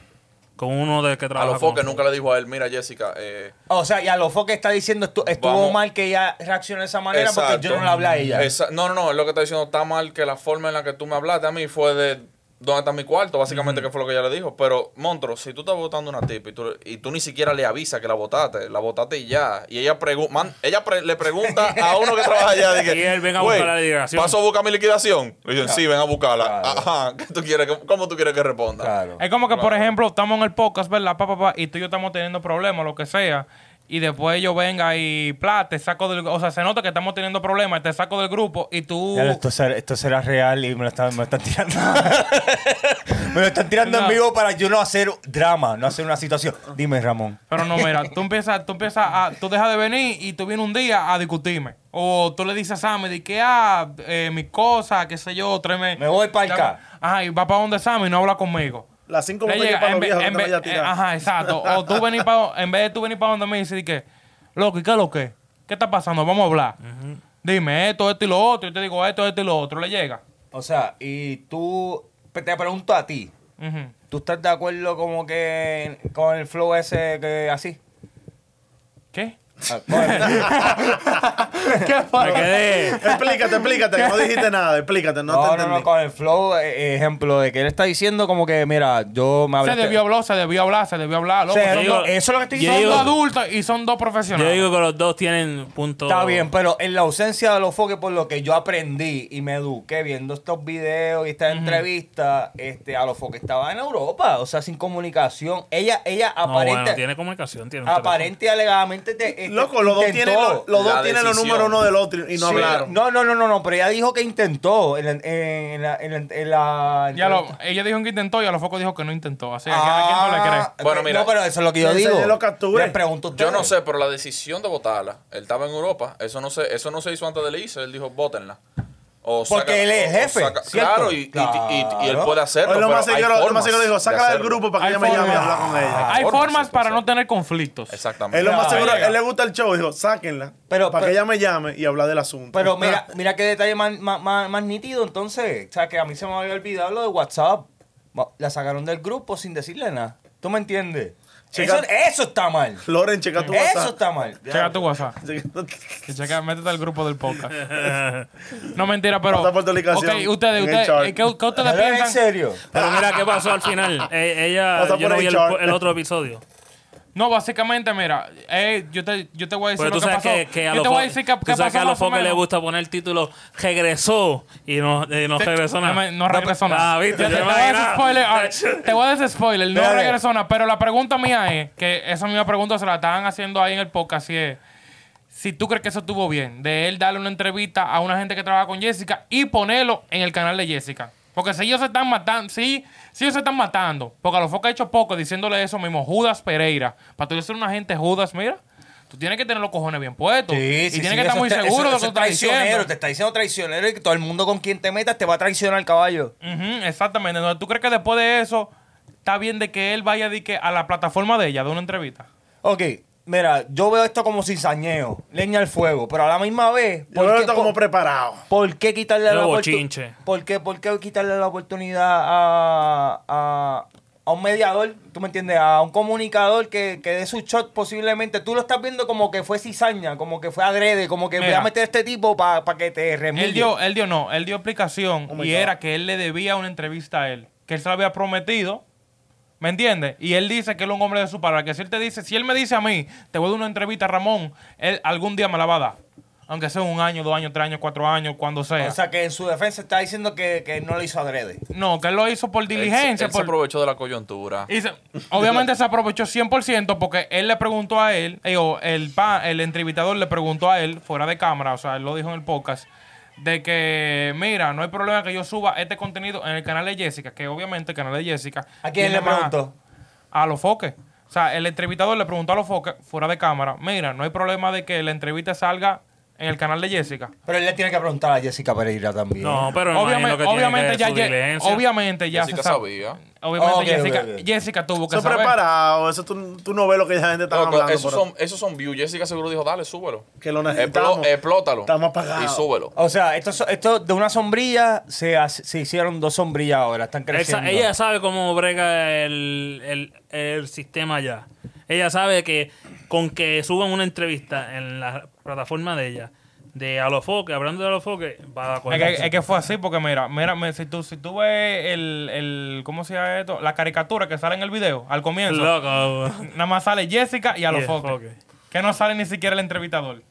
Speaker 7: con uno de que
Speaker 8: A
Speaker 7: trabaja
Speaker 8: los foques
Speaker 7: con-
Speaker 8: nunca le dijo a él, mira Jessica, eh,
Speaker 6: O sea, y a lo que está diciendo estu- estuvo
Speaker 8: Vamos.
Speaker 6: mal que ella reaccionó de esa manera porque yo
Speaker 8: Exacto.
Speaker 6: no le hablé a ella.
Speaker 8: Esa- no, no, no, es lo que está diciendo. Está mal que la forma en la que tú me hablaste a mí fue de dónde está mi cuarto, básicamente, que fue lo que ella le dijo. Pero, Montro, si tú estás votando una tip y tú, y tú ni siquiera le avisas que la votaste, la votaste y ya. Y ella, pregu- man- ella pre- le pregunta a uno que trabaja allá. de que,
Speaker 7: Y él, "Ven a
Speaker 8: "Güey,
Speaker 7: buscar la liquidación".
Speaker 8: ¿Paso a buscar mi liquidación? Le dicen, sí, ven a buscarla.
Speaker 6: Claro.
Speaker 8: Ajá, ¿qué tú quieres que- ¿cómo tú quieres que responda?
Speaker 6: Claro.
Speaker 5: Es como que, por ejemplo, estamos en el podcast, ¿verdad? Pa, pa, pa, y tú y yo estamos teniendo problemas, lo que sea. Y después yo venga y, pla, te saco del... O sea, se nota que estamos teniendo problemas, te saco del grupo y tú...
Speaker 6: Ya, esto, será, esto será real y me lo están, me lo están tirando. me lo están tirando
Speaker 5: No.
Speaker 6: en vivo para yo no hacer drama, no hacer una situación. Dime, Ramón.
Speaker 5: Pero no, mira, tú empiezas, tú empiezas a, tú dejas de venir y tú vienes un día a discutirme. O tú le dices a Sammy de que, ah, eh, mis cosas, qué sé yo, tráeme.
Speaker 6: Me voy pa'l ca.
Speaker 5: Ajá, y va para donde Sammy y no habla conmigo.
Speaker 9: Las cinco
Speaker 5: Le
Speaker 9: botellas
Speaker 5: llega,
Speaker 9: para
Speaker 5: en
Speaker 9: los
Speaker 5: vez-
Speaker 9: viejos que
Speaker 5: en
Speaker 9: te
Speaker 5: vez-
Speaker 9: vaya a tirar.
Speaker 5: eh, Ajá, exacto. O tú venir para, en vez de tú venir para donde me dices de que, loco, ¿y qué es lo que? ¿Qué está pasando? Vamos a hablar. Dime esto, esto y lo otro. Yo te digo esto, esto y lo otro. Le llega.
Speaker 6: O sea, y tú, te pregunto a ti,
Speaker 5: Ujú.
Speaker 6: ¿tú estás de acuerdo como que con el flow ese que así?
Speaker 5: ¿Qué?
Speaker 6: Ah, con el-
Speaker 7: Me quedé.
Speaker 9: Explícate, explícate, que no dijiste nada, explícate, no, te
Speaker 6: No, no,
Speaker 9: entendí.
Speaker 6: no, con el flow, eh, ejemplo, de que él está diciendo como que, mira, yo me hablé...
Speaker 5: Se debió hablar, se debió hablar, se debió hablar. Loco,
Speaker 6: O sea,
Speaker 5: son
Speaker 7: Yo
Speaker 5: dos-
Speaker 6: no, eso es lo que estoy
Speaker 7: yo
Speaker 5: son
Speaker 6: diciendo.
Speaker 5: dos
Speaker 7: digo-
Speaker 5: adultos y son dos
Speaker 7: Yo
Speaker 5: profesionales.
Speaker 7: digo que los dos tienen puntos.
Speaker 6: Está bien, pues, pero en la ausencia de los foques, por lo que yo aprendí y me eduqué viendo estos videos y estas entrevistas, este, a los foques estaba en Europa, o sea, sin comunicación. Ella, ella
Speaker 7: No,
Speaker 6: aparente,
Speaker 7: bueno, tiene comunicación, tiene un teléfono.
Speaker 6: aparente y alegadamente te, este,
Speaker 9: Loco, los dos
Speaker 6: intentó.
Speaker 9: tienen los, los
Speaker 8: La
Speaker 9: dos tienen los
Speaker 8: decisión.
Speaker 9: números uno del otro y no
Speaker 6: Sí,
Speaker 9: hablaron.
Speaker 6: No, no, no, no, no, pero ella dijo que intentó en, la- en la, en la- en la-
Speaker 5: Ya lo- ella dijo que intentó y a los focos dijo que no intentó. Así que ¿a quién tú le crees?
Speaker 6: Ah,
Speaker 8: Bueno,
Speaker 6: pe-
Speaker 8: mira.
Speaker 6: no, pero eso es lo que yo
Speaker 9: Que
Speaker 6: digo.
Speaker 9: enseñe los captures.
Speaker 6: Les pregunto a
Speaker 8: Yo
Speaker 6: ustedes.
Speaker 8: no sé, pero la decisión de votarla, él estaba en Europa, eso no se, eso no se hizo antes de irse, él dijo, votenla. O
Speaker 6: Porque él es jefe, ¿cierto?
Speaker 8: claro, y, y-
Speaker 6: Claro.
Speaker 8: y- y él puede hacerlo.
Speaker 9: Hoy lo
Speaker 8: pero
Speaker 9: más
Speaker 8: hay
Speaker 9: seguro, lo
Speaker 8: formas
Speaker 9: más seguro dijo,
Speaker 8: de
Speaker 9: sácala del
Speaker 8: hacerlo".
Speaker 9: grupo para que
Speaker 5: Hay
Speaker 9: ella me llame a
Speaker 5: formas.
Speaker 9: hablar con ella.
Speaker 5: Hay
Speaker 8: formas,
Speaker 5: formas
Speaker 8: sí,
Speaker 5: para
Speaker 8: sí.
Speaker 5: no tener conflictos.
Speaker 8: Exactamente.
Speaker 9: Es lo más
Speaker 6: Ya,
Speaker 9: seguro,
Speaker 6: ya.
Speaker 9: él le gusta el show, dijo, sáquenla.
Speaker 6: Pero-
Speaker 9: para que
Speaker 6: pero-
Speaker 9: ella me llame y hablar del asunto.
Speaker 6: Pero mira, mira qué detalle más, más, más- más nítido entonces. O sea, que a mí se me había olvidado lo de WhatsApp. Ma- La sacaron del grupo sin decirle nada. ¿Tú me entiendes?
Speaker 9: Chica-
Speaker 6: Eso, eso está mal.
Speaker 9: Loren, checa tu
Speaker 6: Eso
Speaker 9: WhatsApp.
Speaker 6: está mal.
Speaker 5: Checa tu WhatsApp.
Speaker 9: Checa-
Speaker 5: Y checa, métete al grupo del podcast. No mentira, pero.
Speaker 9: Pasa por tu
Speaker 5: Ok,
Speaker 9: aplicación
Speaker 5: ustedes,
Speaker 9: en
Speaker 5: ustedes,
Speaker 9: el chart.
Speaker 5: eh, ¿qué, qué ustedes
Speaker 6: Pero en
Speaker 5: piensan?
Speaker 6: serio.
Speaker 7: Pero mira qué pasó al final. Eh, ella,
Speaker 9: Pasa
Speaker 7: yo
Speaker 9: por
Speaker 7: no
Speaker 9: ahí,
Speaker 7: vi el,
Speaker 9: Charles.
Speaker 7: el otro episodio.
Speaker 5: No, básicamente, mira, eh, yo, te, yo te voy a decir
Speaker 7: Porque
Speaker 5: lo
Speaker 7: tú
Speaker 5: que
Speaker 7: sabes
Speaker 5: pasó.
Speaker 7: que, que a
Speaker 5: yo
Speaker 7: los
Speaker 5: te voy a
Speaker 7: fo-
Speaker 5: decir que,
Speaker 7: tú sabes que a los focos les gusta poner el título Regresó y no, eh, no regresó nada.
Speaker 5: No regresó nada.
Speaker 7: Ah, viste,
Speaker 5: Yo
Speaker 7: yo
Speaker 5: te, voy a
Speaker 7: imaginaba.
Speaker 5: hacer spoiler, ah, te voy a hacer spoiler, no
Speaker 6: Dale.
Speaker 5: regresó nada. Pero la pregunta mía es, que esa misma pregunta se la estaban haciendo ahí en el podcast, si es, si tú crees que eso estuvo bien, de él darle una entrevista a una gente que trabaja con Jessica y ponerlo en el canal de Jessica. Porque si ellos se están matando, si, si ellos se están matando, porque a los focos ha hecho poco diciéndole eso mismo, Judas Pereira, para tú ser una gente Judas, mira. Tú tienes que tener los cojones bien puestos. y tienes que estar
Speaker 6: eso
Speaker 5: muy
Speaker 6: está-
Speaker 5: seguro
Speaker 6: eso-
Speaker 5: de lo que
Speaker 6: eso es
Speaker 5: tú estás
Speaker 6: traicionero,
Speaker 5: diciendo.
Speaker 6: Te está diciendo traicionero y que todo el mundo con quien te metas te va a traicionar el caballo.
Speaker 5: Ujú, exactamente. Entonces, ¿tú crees que después de eso está bien de que él vaya de que a la plataforma de ella, de una entrevista?
Speaker 6: Ok, Mira, yo veo esto como cizañeo, leña al fuego, pero a la misma vez.
Speaker 9: Yo
Speaker 6: ¿por
Speaker 9: veo
Speaker 6: qué
Speaker 9: esto
Speaker 6: po-
Speaker 9: como preparado.
Speaker 6: ¿Por qué quitarle
Speaker 7: Yo
Speaker 6: la
Speaker 7: bochinche.
Speaker 6: oportunidad? ¿Por qué, por qué quitarle la oportunidad a, a, a un mediador? ¿Tú me entiendes? A un comunicador que, que dé su shot posiblemente. Tú lo estás viendo como que fue cizaña, como que fue agrede, como que voy
Speaker 5: Mira.
Speaker 6: a meter a este tipo para que te remille.
Speaker 5: Él dio, él dio no, él dio explicación
Speaker 9: Oh my
Speaker 5: y
Speaker 9: God.
Speaker 5: era que él le debía una entrevista a él, que él se lo había prometido, ¿me entiendes? Y él dice que él es un hombre de su palabra, que si él te dice, si él me dice a mí, te voy a dar una entrevista a Ramón, él algún día me la va a dar, aunque sea un año, dos años, tres años, cuatro años, cuando sea.
Speaker 6: O sea, que en su defensa está diciendo que, que no lo hizo agrede.
Speaker 5: no, que él lo hizo por
Speaker 8: Él se-
Speaker 5: diligencia,
Speaker 8: él se
Speaker 5: por,
Speaker 8: aprovechó de la coyuntura.
Speaker 5: Y se- obviamente se aprovechó 100% porque él le preguntó a él, digo, el, pa- el entrevistador le preguntó a él, fuera de cámara, o sea, él lo dijo en el podcast, de que, mira, no hay problema que yo suba este contenido en el canal de Jessica, que obviamente el canal de Jessica...
Speaker 6: ¿A quién
Speaker 5: tiene
Speaker 6: le
Speaker 5: más-
Speaker 6: preguntó?
Speaker 5: A los foques. O sea, el entrevistador le preguntó a los foques, fuera de cámara, mira, no hay problema de que la entrevista salga en el canal de Jessica.
Speaker 6: Pero él le tiene que preguntar a Jessica Pereira también.
Speaker 7: No, pero me imagino
Speaker 5: obviamente, obviamente,
Speaker 7: que tiene que
Speaker 5: ya,
Speaker 7: su
Speaker 5: Ye-
Speaker 7: diligencia.
Speaker 5: obviamente ya
Speaker 8: Jessica
Speaker 5: se sab-
Speaker 8: sabía.
Speaker 5: Obviamente
Speaker 6: Ok,
Speaker 5: Jessica,
Speaker 6: ok, ok.
Speaker 5: Jessica tuvo que
Speaker 9: Eso es
Speaker 5: saber.
Speaker 9: preparado. Eso tú, tú no ves lo que esa gente está
Speaker 8: Loco,
Speaker 9: hablando.
Speaker 8: esos
Speaker 9: por ahí.
Speaker 8: son, esos son views. Jessica seguro dijo, dale, súbelo.
Speaker 9: Que lo
Speaker 8: Explo-
Speaker 9: necesitamos.
Speaker 8: explótalo.
Speaker 9: Estamos apagados.
Speaker 8: Y súbelo.
Speaker 6: O sea, esto, so- esto de una sombrilla se, hace- se hicieron dos sombrillas ahora, están
Speaker 7: Él sa-
Speaker 6: creciendo.
Speaker 7: ella sabe cómo brega el, el- el sistema ya. Ella sabe que con que suban una entrevista en la plataforma de ella, de Alofoque, hablando de Alofoque, va a
Speaker 5: Es
Speaker 7: colgarse.
Speaker 5: que, es que fue así, porque mira, mira, me- si tú, si tú ves el, el- ¿cómo se llama esto? La caricatura que sale en el video, al comienzo,
Speaker 7: Loco.
Speaker 5: nada más sale Jessica y a los
Speaker 7: Y el
Speaker 5: foques.
Speaker 7: foque.
Speaker 5: Que no sale ni siquiera el entrevistador.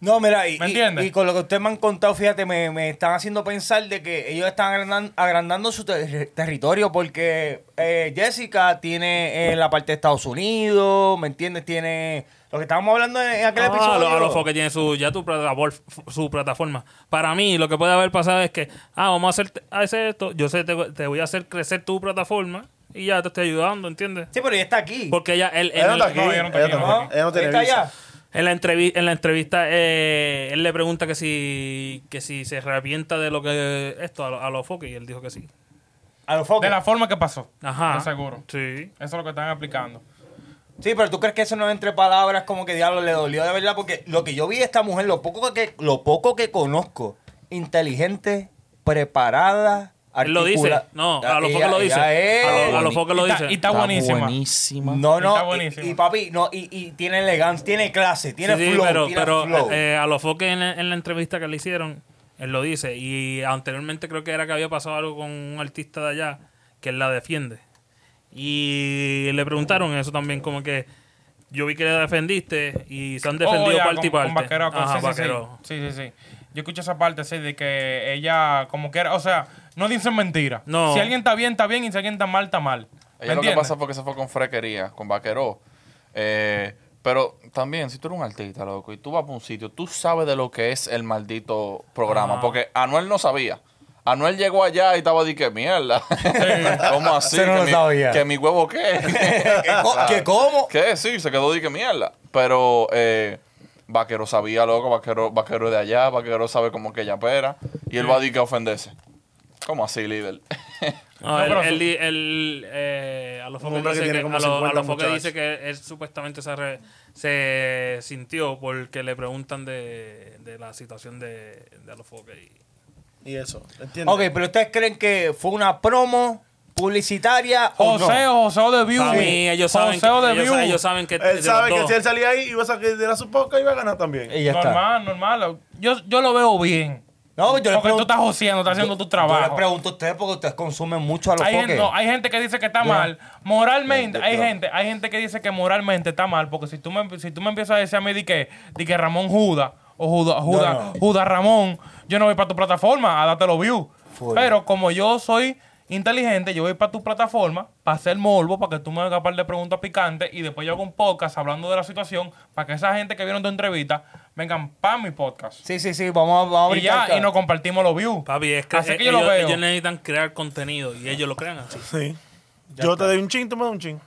Speaker 6: No, mira, y,
Speaker 5: ¿Me
Speaker 6: y-
Speaker 5: entiendes?
Speaker 6: y con lo que ustedes me han contado, fíjate, me, me están haciendo pensar de que ellos están agrandan- agrandando su ter- territorio porque eh, Jessica tiene eh, la parte de Estados Unidos, ¿me entiendes? Tiene lo que estábamos hablando en, en aquel
Speaker 5: Ah,
Speaker 7: No,
Speaker 6: episodio.
Speaker 7: a Ah, lo- a los foques tiene su, ya tu plataforma, su plataforma. Para mí, lo que puede haber pasado es que, ah, vamos a hacer, a hacer esto, yo sé, te, te voy a hacer crecer tu plataforma y ya te estoy ayudando, ¿entiendes?
Speaker 6: Sí, pero ella está aquí.
Speaker 7: Porque ella, él,
Speaker 9: Ella no
Speaker 7: él-
Speaker 9: está aquí.
Speaker 5: No, ella no está
Speaker 9: Ella
Speaker 5: aquí,
Speaker 9: no-
Speaker 6: ¿no?
Speaker 9: ella no tiene
Speaker 6: está
Speaker 9: visa.
Speaker 6: allá.
Speaker 7: En la, entrevi- en la entrevista, eh, él le pregunta que si, que si se arrepienta de lo que esto a, lo- a los foques y él dijo que sí.
Speaker 6: A los foques.
Speaker 5: De la forma que pasó.
Speaker 7: Ajá.
Speaker 5: De seguro.
Speaker 7: Sí.
Speaker 5: Eso es lo que están aplicando.
Speaker 6: Sí, pero tú crees que eso no es entre palabras como que diablo le dolió de verdad, porque lo que yo vi de esta mujer, lo poco que, lo poco que conozco, inteligente, preparada,
Speaker 7: Él lo dice.
Speaker 6: articula-
Speaker 7: No, a los
Speaker 6: Ella-
Speaker 7: foques lo dice.
Speaker 6: ella es-
Speaker 7: A, lo- a los
Speaker 6: boni-
Speaker 7: foques lo
Speaker 5: y
Speaker 7: dice.
Speaker 5: Está, y está buenísima.
Speaker 2: buenísima.
Speaker 6: No,
Speaker 5: Está
Speaker 6: no, y,
Speaker 5: buenísimo.
Speaker 6: y papi, no, y, y tiene elegancia, tiene clase, tiene
Speaker 7: Sí, sí,
Speaker 6: flow,
Speaker 7: pero,
Speaker 6: tiene
Speaker 7: pero,
Speaker 6: flow.
Speaker 7: eh, a los foques en, la- en la entrevista que le hicieron, él lo dice. Y anteriormente creo que era que había pasado algo con un artista de allá que él la defiende. Y le preguntaron eso también, como que yo vi que la defendiste y se han defendido
Speaker 5: Oh, ya,
Speaker 7: parte y
Speaker 5: con-
Speaker 7: parte.
Speaker 5: con Vaquero, con-
Speaker 7: Ajá,
Speaker 5: sí, sí,
Speaker 7: Vaquero.
Speaker 5: sí, sí, sí, sí. Yo escuché esa parte, sí, de que ella, como que era, o sea, no dicen mentiras.
Speaker 7: No.
Speaker 5: Si alguien está bien, está bien, y si alguien está mal, está mal. ¿Me
Speaker 8: Ella lo que
Speaker 5: entiendes?
Speaker 8: pasa fue que se fue con frequería, con vaqueró. Eh, pero también, si tú eres un artista, loco, y tú vas a un sitio, tú sabes de lo que es el maldito programa. Porque Anuel no sabía. Anuel llegó allá y estaba de que mierda. ¿Cómo así?
Speaker 6: Ese no
Speaker 8: ¿Que
Speaker 6: lo
Speaker 8: mi-
Speaker 6: sabía.
Speaker 8: ¿Que mi huevo qué?
Speaker 6: ¿Qué, co- qué cómo?
Speaker 8: ¿Qué? Sí, se quedó de que mierda. Pero eh, Vaquero sabía, loco, Vaquero, vaquero es de allá, Vaquero sabe como que ella pera. Y él va a decir que a ofenderse. ¿Cómo así, líder?
Speaker 7: No,
Speaker 5: No,
Speaker 7: él-
Speaker 5: pero
Speaker 7: Ah, él
Speaker 5: su-
Speaker 7: di- él, eh, a los
Speaker 9: Un
Speaker 7: foques
Speaker 9: hombre que
Speaker 7: dice que,
Speaker 9: tiene como
Speaker 7: a lo- a
Speaker 9: 50
Speaker 7: los foques
Speaker 9: muchachos.
Speaker 7: dice que él, supuestamente se, arre- se sintió porque le preguntan de, de la situación de, de a los foques. y-
Speaker 9: Y eso. ¿Entiendes?
Speaker 6: Ok, pero ustedes creen que fue una promo publicitaria o no?
Speaker 5: Joseo, Joseo de View.
Speaker 7: Oh, Para mí, ellos saben, que,
Speaker 5: Joseo de
Speaker 7: ellos,
Speaker 5: View.
Speaker 7: sa- ellos saben que. de
Speaker 9: Él
Speaker 7: los
Speaker 9: sabe que
Speaker 7: dos.
Speaker 9: si él salía ahí, iba a sacar de la su poca y iba a ganar también.
Speaker 6: Y ya está.
Speaker 5: normal, normal. Yo, yo lo veo bien.
Speaker 6: No, yo les
Speaker 5: Porque tú
Speaker 6: pregunto,
Speaker 5: estás joseando, estás haciendo tu
Speaker 6: yo les
Speaker 5: trabajo.
Speaker 6: pregunto a ustedes porque ustedes consumen mucho a los
Speaker 5: Hay gente,
Speaker 6: foques.
Speaker 5: no, hay gente que dice que está mal. Moralmente, hay gente, hay gente que dice que moralmente está mal. Porque si tú me, si tú me empiezas a decir a mí de que, di que Ramón Judas o Judas Judas
Speaker 6: no.
Speaker 5: Judas Ramón, yo no voy para tu plataforma a darte los views.
Speaker 6: Full.
Speaker 5: Pero como yo soy inteligente, yo voy para tu plataforma para hacer morbo, para que tú me hagas un par de preguntas picantes y después yo hago un podcast hablando de la situación para que esa gente que vieron tu entrevista vengan para mi podcast.
Speaker 6: Sí, sí, sí, vamos a, vamos a
Speaker 5: Y ya,
Speaker 6: brincar.
Speaker 5: y nos compartimos los views.
Speaker 7: Papi, es que, eh,
Speaker 5: Así que yo
Speaker 7: ellos,
Speaker 5: lo veo.
Speaker 7: ellos necesitan crear contenido y ellos lo crean así.
Speaker 9: Sí. Yo te doy un chin, tú me das un chin.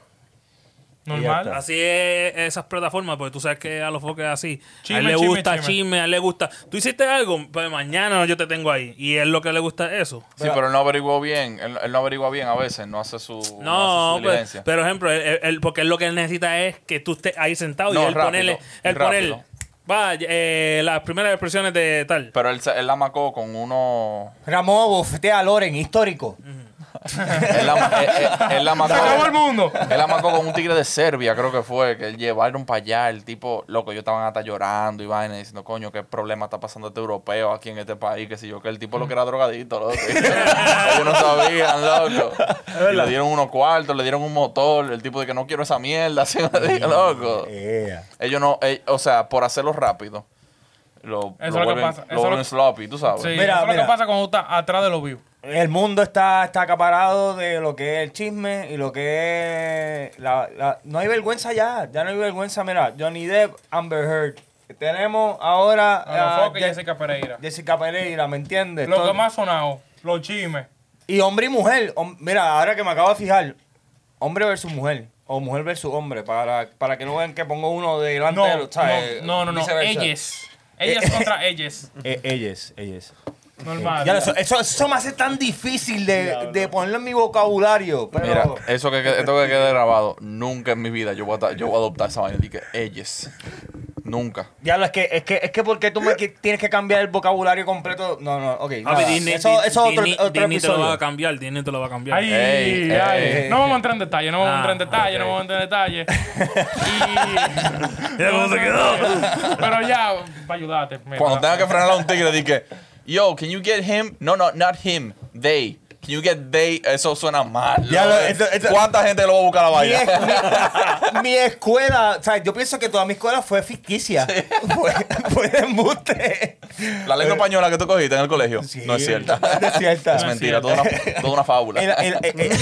Speaker 5: Normal.
Speaker 6: está.
Speaker 7: Así es esas plataformas, porque tú sabes que a los foques es así.
Speaker 5: Chisme,
Speaker 7: a él le
Speaker 5: chisme,
Speaker 7: gusta
Speaker 5: chisme.
Speaker 7: chisme. a él le gusta. Tú hiciste algo, pues mañana yo te tengo ahí. Y es lo que le gusta es eso.
Speaker 8: Sí, pero él no averiguó bien. Él, él no averigua bien a veces. No hace su.
Speaker 7: No,
Speaker 8: hace su
Speaker 7: pues,
Speaker 8: diligencia.
Speaker 7: pero ejemplo, él- él- él- porque él lo que él necesita es que tú estés ahí sentado
Speaker 8: No,
Speaker 7: y él
Speaker 8: rápido,
Speaker 7: ponerle, él
Speaker 8: rápido.
Speaker 7: ponerle, va, eh, las primeras expresiones de tal.
Speaker 8: Pero él, se- él la macó con uno.
Speaker 6: Ramón bofetea a Loren, histórico.
Speaker 8: Él la, él- él- él la
Speaker 5: Se
Speaker 8: macó.
Speaker 5: acabó el mundo.
Speaker 8: Él la marcó con un tigre de Serbia, creo que fue, que él llevaron para allá, el tipo, loco, yo estaban hasta llorando y vaina, diciendo, coño, qué problema está pasando este europeo aquí en este país, que si yo, que el tipo lo que era drogadito, loco. Ellos no sabían, loco. Y le dieron unos cuartos, le dieron un motor, el tipo de que no quiero esa mierda, así me dijo, loco.
Speaker 6: Yeah.
Speaker 8: Ellos no, eh, o sea, por hacerlo rápido, lo,
Speaker 5: es lo
Speaker 8: lo
Speaker 5: que
Speaker 8: vuelven,
Speaker 5: pasa, eso
Speaker 8: lo
Speaker 5: es lo
Speaker 8: vuelven
Speaker 5: que-
Speaker 8: sloppy, tú sabes.
Speaker 5: Sí,
Speaker 6: Mira,
Speaker 5: eso es lo
Speaker 6: mira.
Speaker 5: que pasa cuando tú estás atrás de los vivos.
Speaker 6: El mundo está, está acaparado de lo que es el chisme y lo que es... la- la- no hay vergüenza ya, ya no hay vergüenza. Mira, Johnny Depp, Amber Heard. Tenemos ahora
Speaker 5: A
Speaker 6: a
Speaker 5: los foques y
Speaker 6: Je-
Speaker 5: Jessica Pereira.
Speaker 6: Jessica Pereira, ¿me entiendes?
Speaker 5: Lo
Speaker 6: Todo-
Speaker 5: que más sonado, los chismes.
Speaker 6: Y hombre y mujer. hom- mira, ahora que me acabo de fijar, hombre versus mujer. O mujer versus hombre, para, para que no vean que pongo uno delante
Speaker 5: No,
Speaker 6: de los ¿sabes?
Speaker 5: no, no, no, no.
Speaker 6: eh, Viceversa.
Speaker 5: Ellas. Ellas contra ellas.
Speaker 6: Eh, ellas, ellas.
Speaker 5: Normal.
Speaker 6: Ya, eso, eso, eso me hace tan difícil de, de ponerlo en mi vocabulario. Pero
Speaker 8: Mira, eso que que- esto que quede grabado, nunca en mi vida yo voy a, ta- yo voy a adoptar esa vaina. Dije, ellas. Nunca.
Speaker 6: ya lo- es que, es que, es que porque tú me qui- tienes que cambiar el vocabulario completo. No, no, ok.
Speaker 7: Ah,
Speaker 6: nada.
Speaker 7: pero Disney-
Speaker 6: eso eso es
Speaker 7: Disney-
Speaker 6: otro, otro
Speaker 7: Disney te lo va a
Speaker 6: episodio.
Speaker 7: cambiar, Disney te lo va a cambiar.
Speaker 5: Ay,
Speaker 8: Ey,
Speaker 5: ay.
Speaker 8: ey,
Speaker 5: no vamos a entrar en detalle, no vamos a entrar en
Speaker 7: Ah,
Speaker 5: detalle, no vamos a entrar en detalle. Y...
Speaker 7: Mira cómo se quedó.
Speaker 5: Pero ya, para ayudarte. mira.
Speaker 8: Cuando tenga que frenar a un tigre, dije, yo, can you get him? No, no, not him. They. Can you get they? Eso suena mal.
Speaker 6: Ya
Speaker 8: ¿no?
Speaker 6: lo- esto- esto-
Speaker 8: ¿Cuánta gente lo va a buscar a la
Speaker 6: Mi,
Speaker 8: vaina?
Speaker 6: mi- mi escuela, o sea, yo pienso que toda mi escuela fue ficticia. Fue, fue de embuste.
Speaker 8: La lengua española que tú cogiste en el colegio.
Speaker 6: Eh. Sí,
Speaker 8: no es cierta.
Speaker 6: no es cierta.
Speaker 8: Es
Speaker 6: No es
Speaker 8: mentira, toda una, toda una fábula.
Speaker 6: El- el- el- el-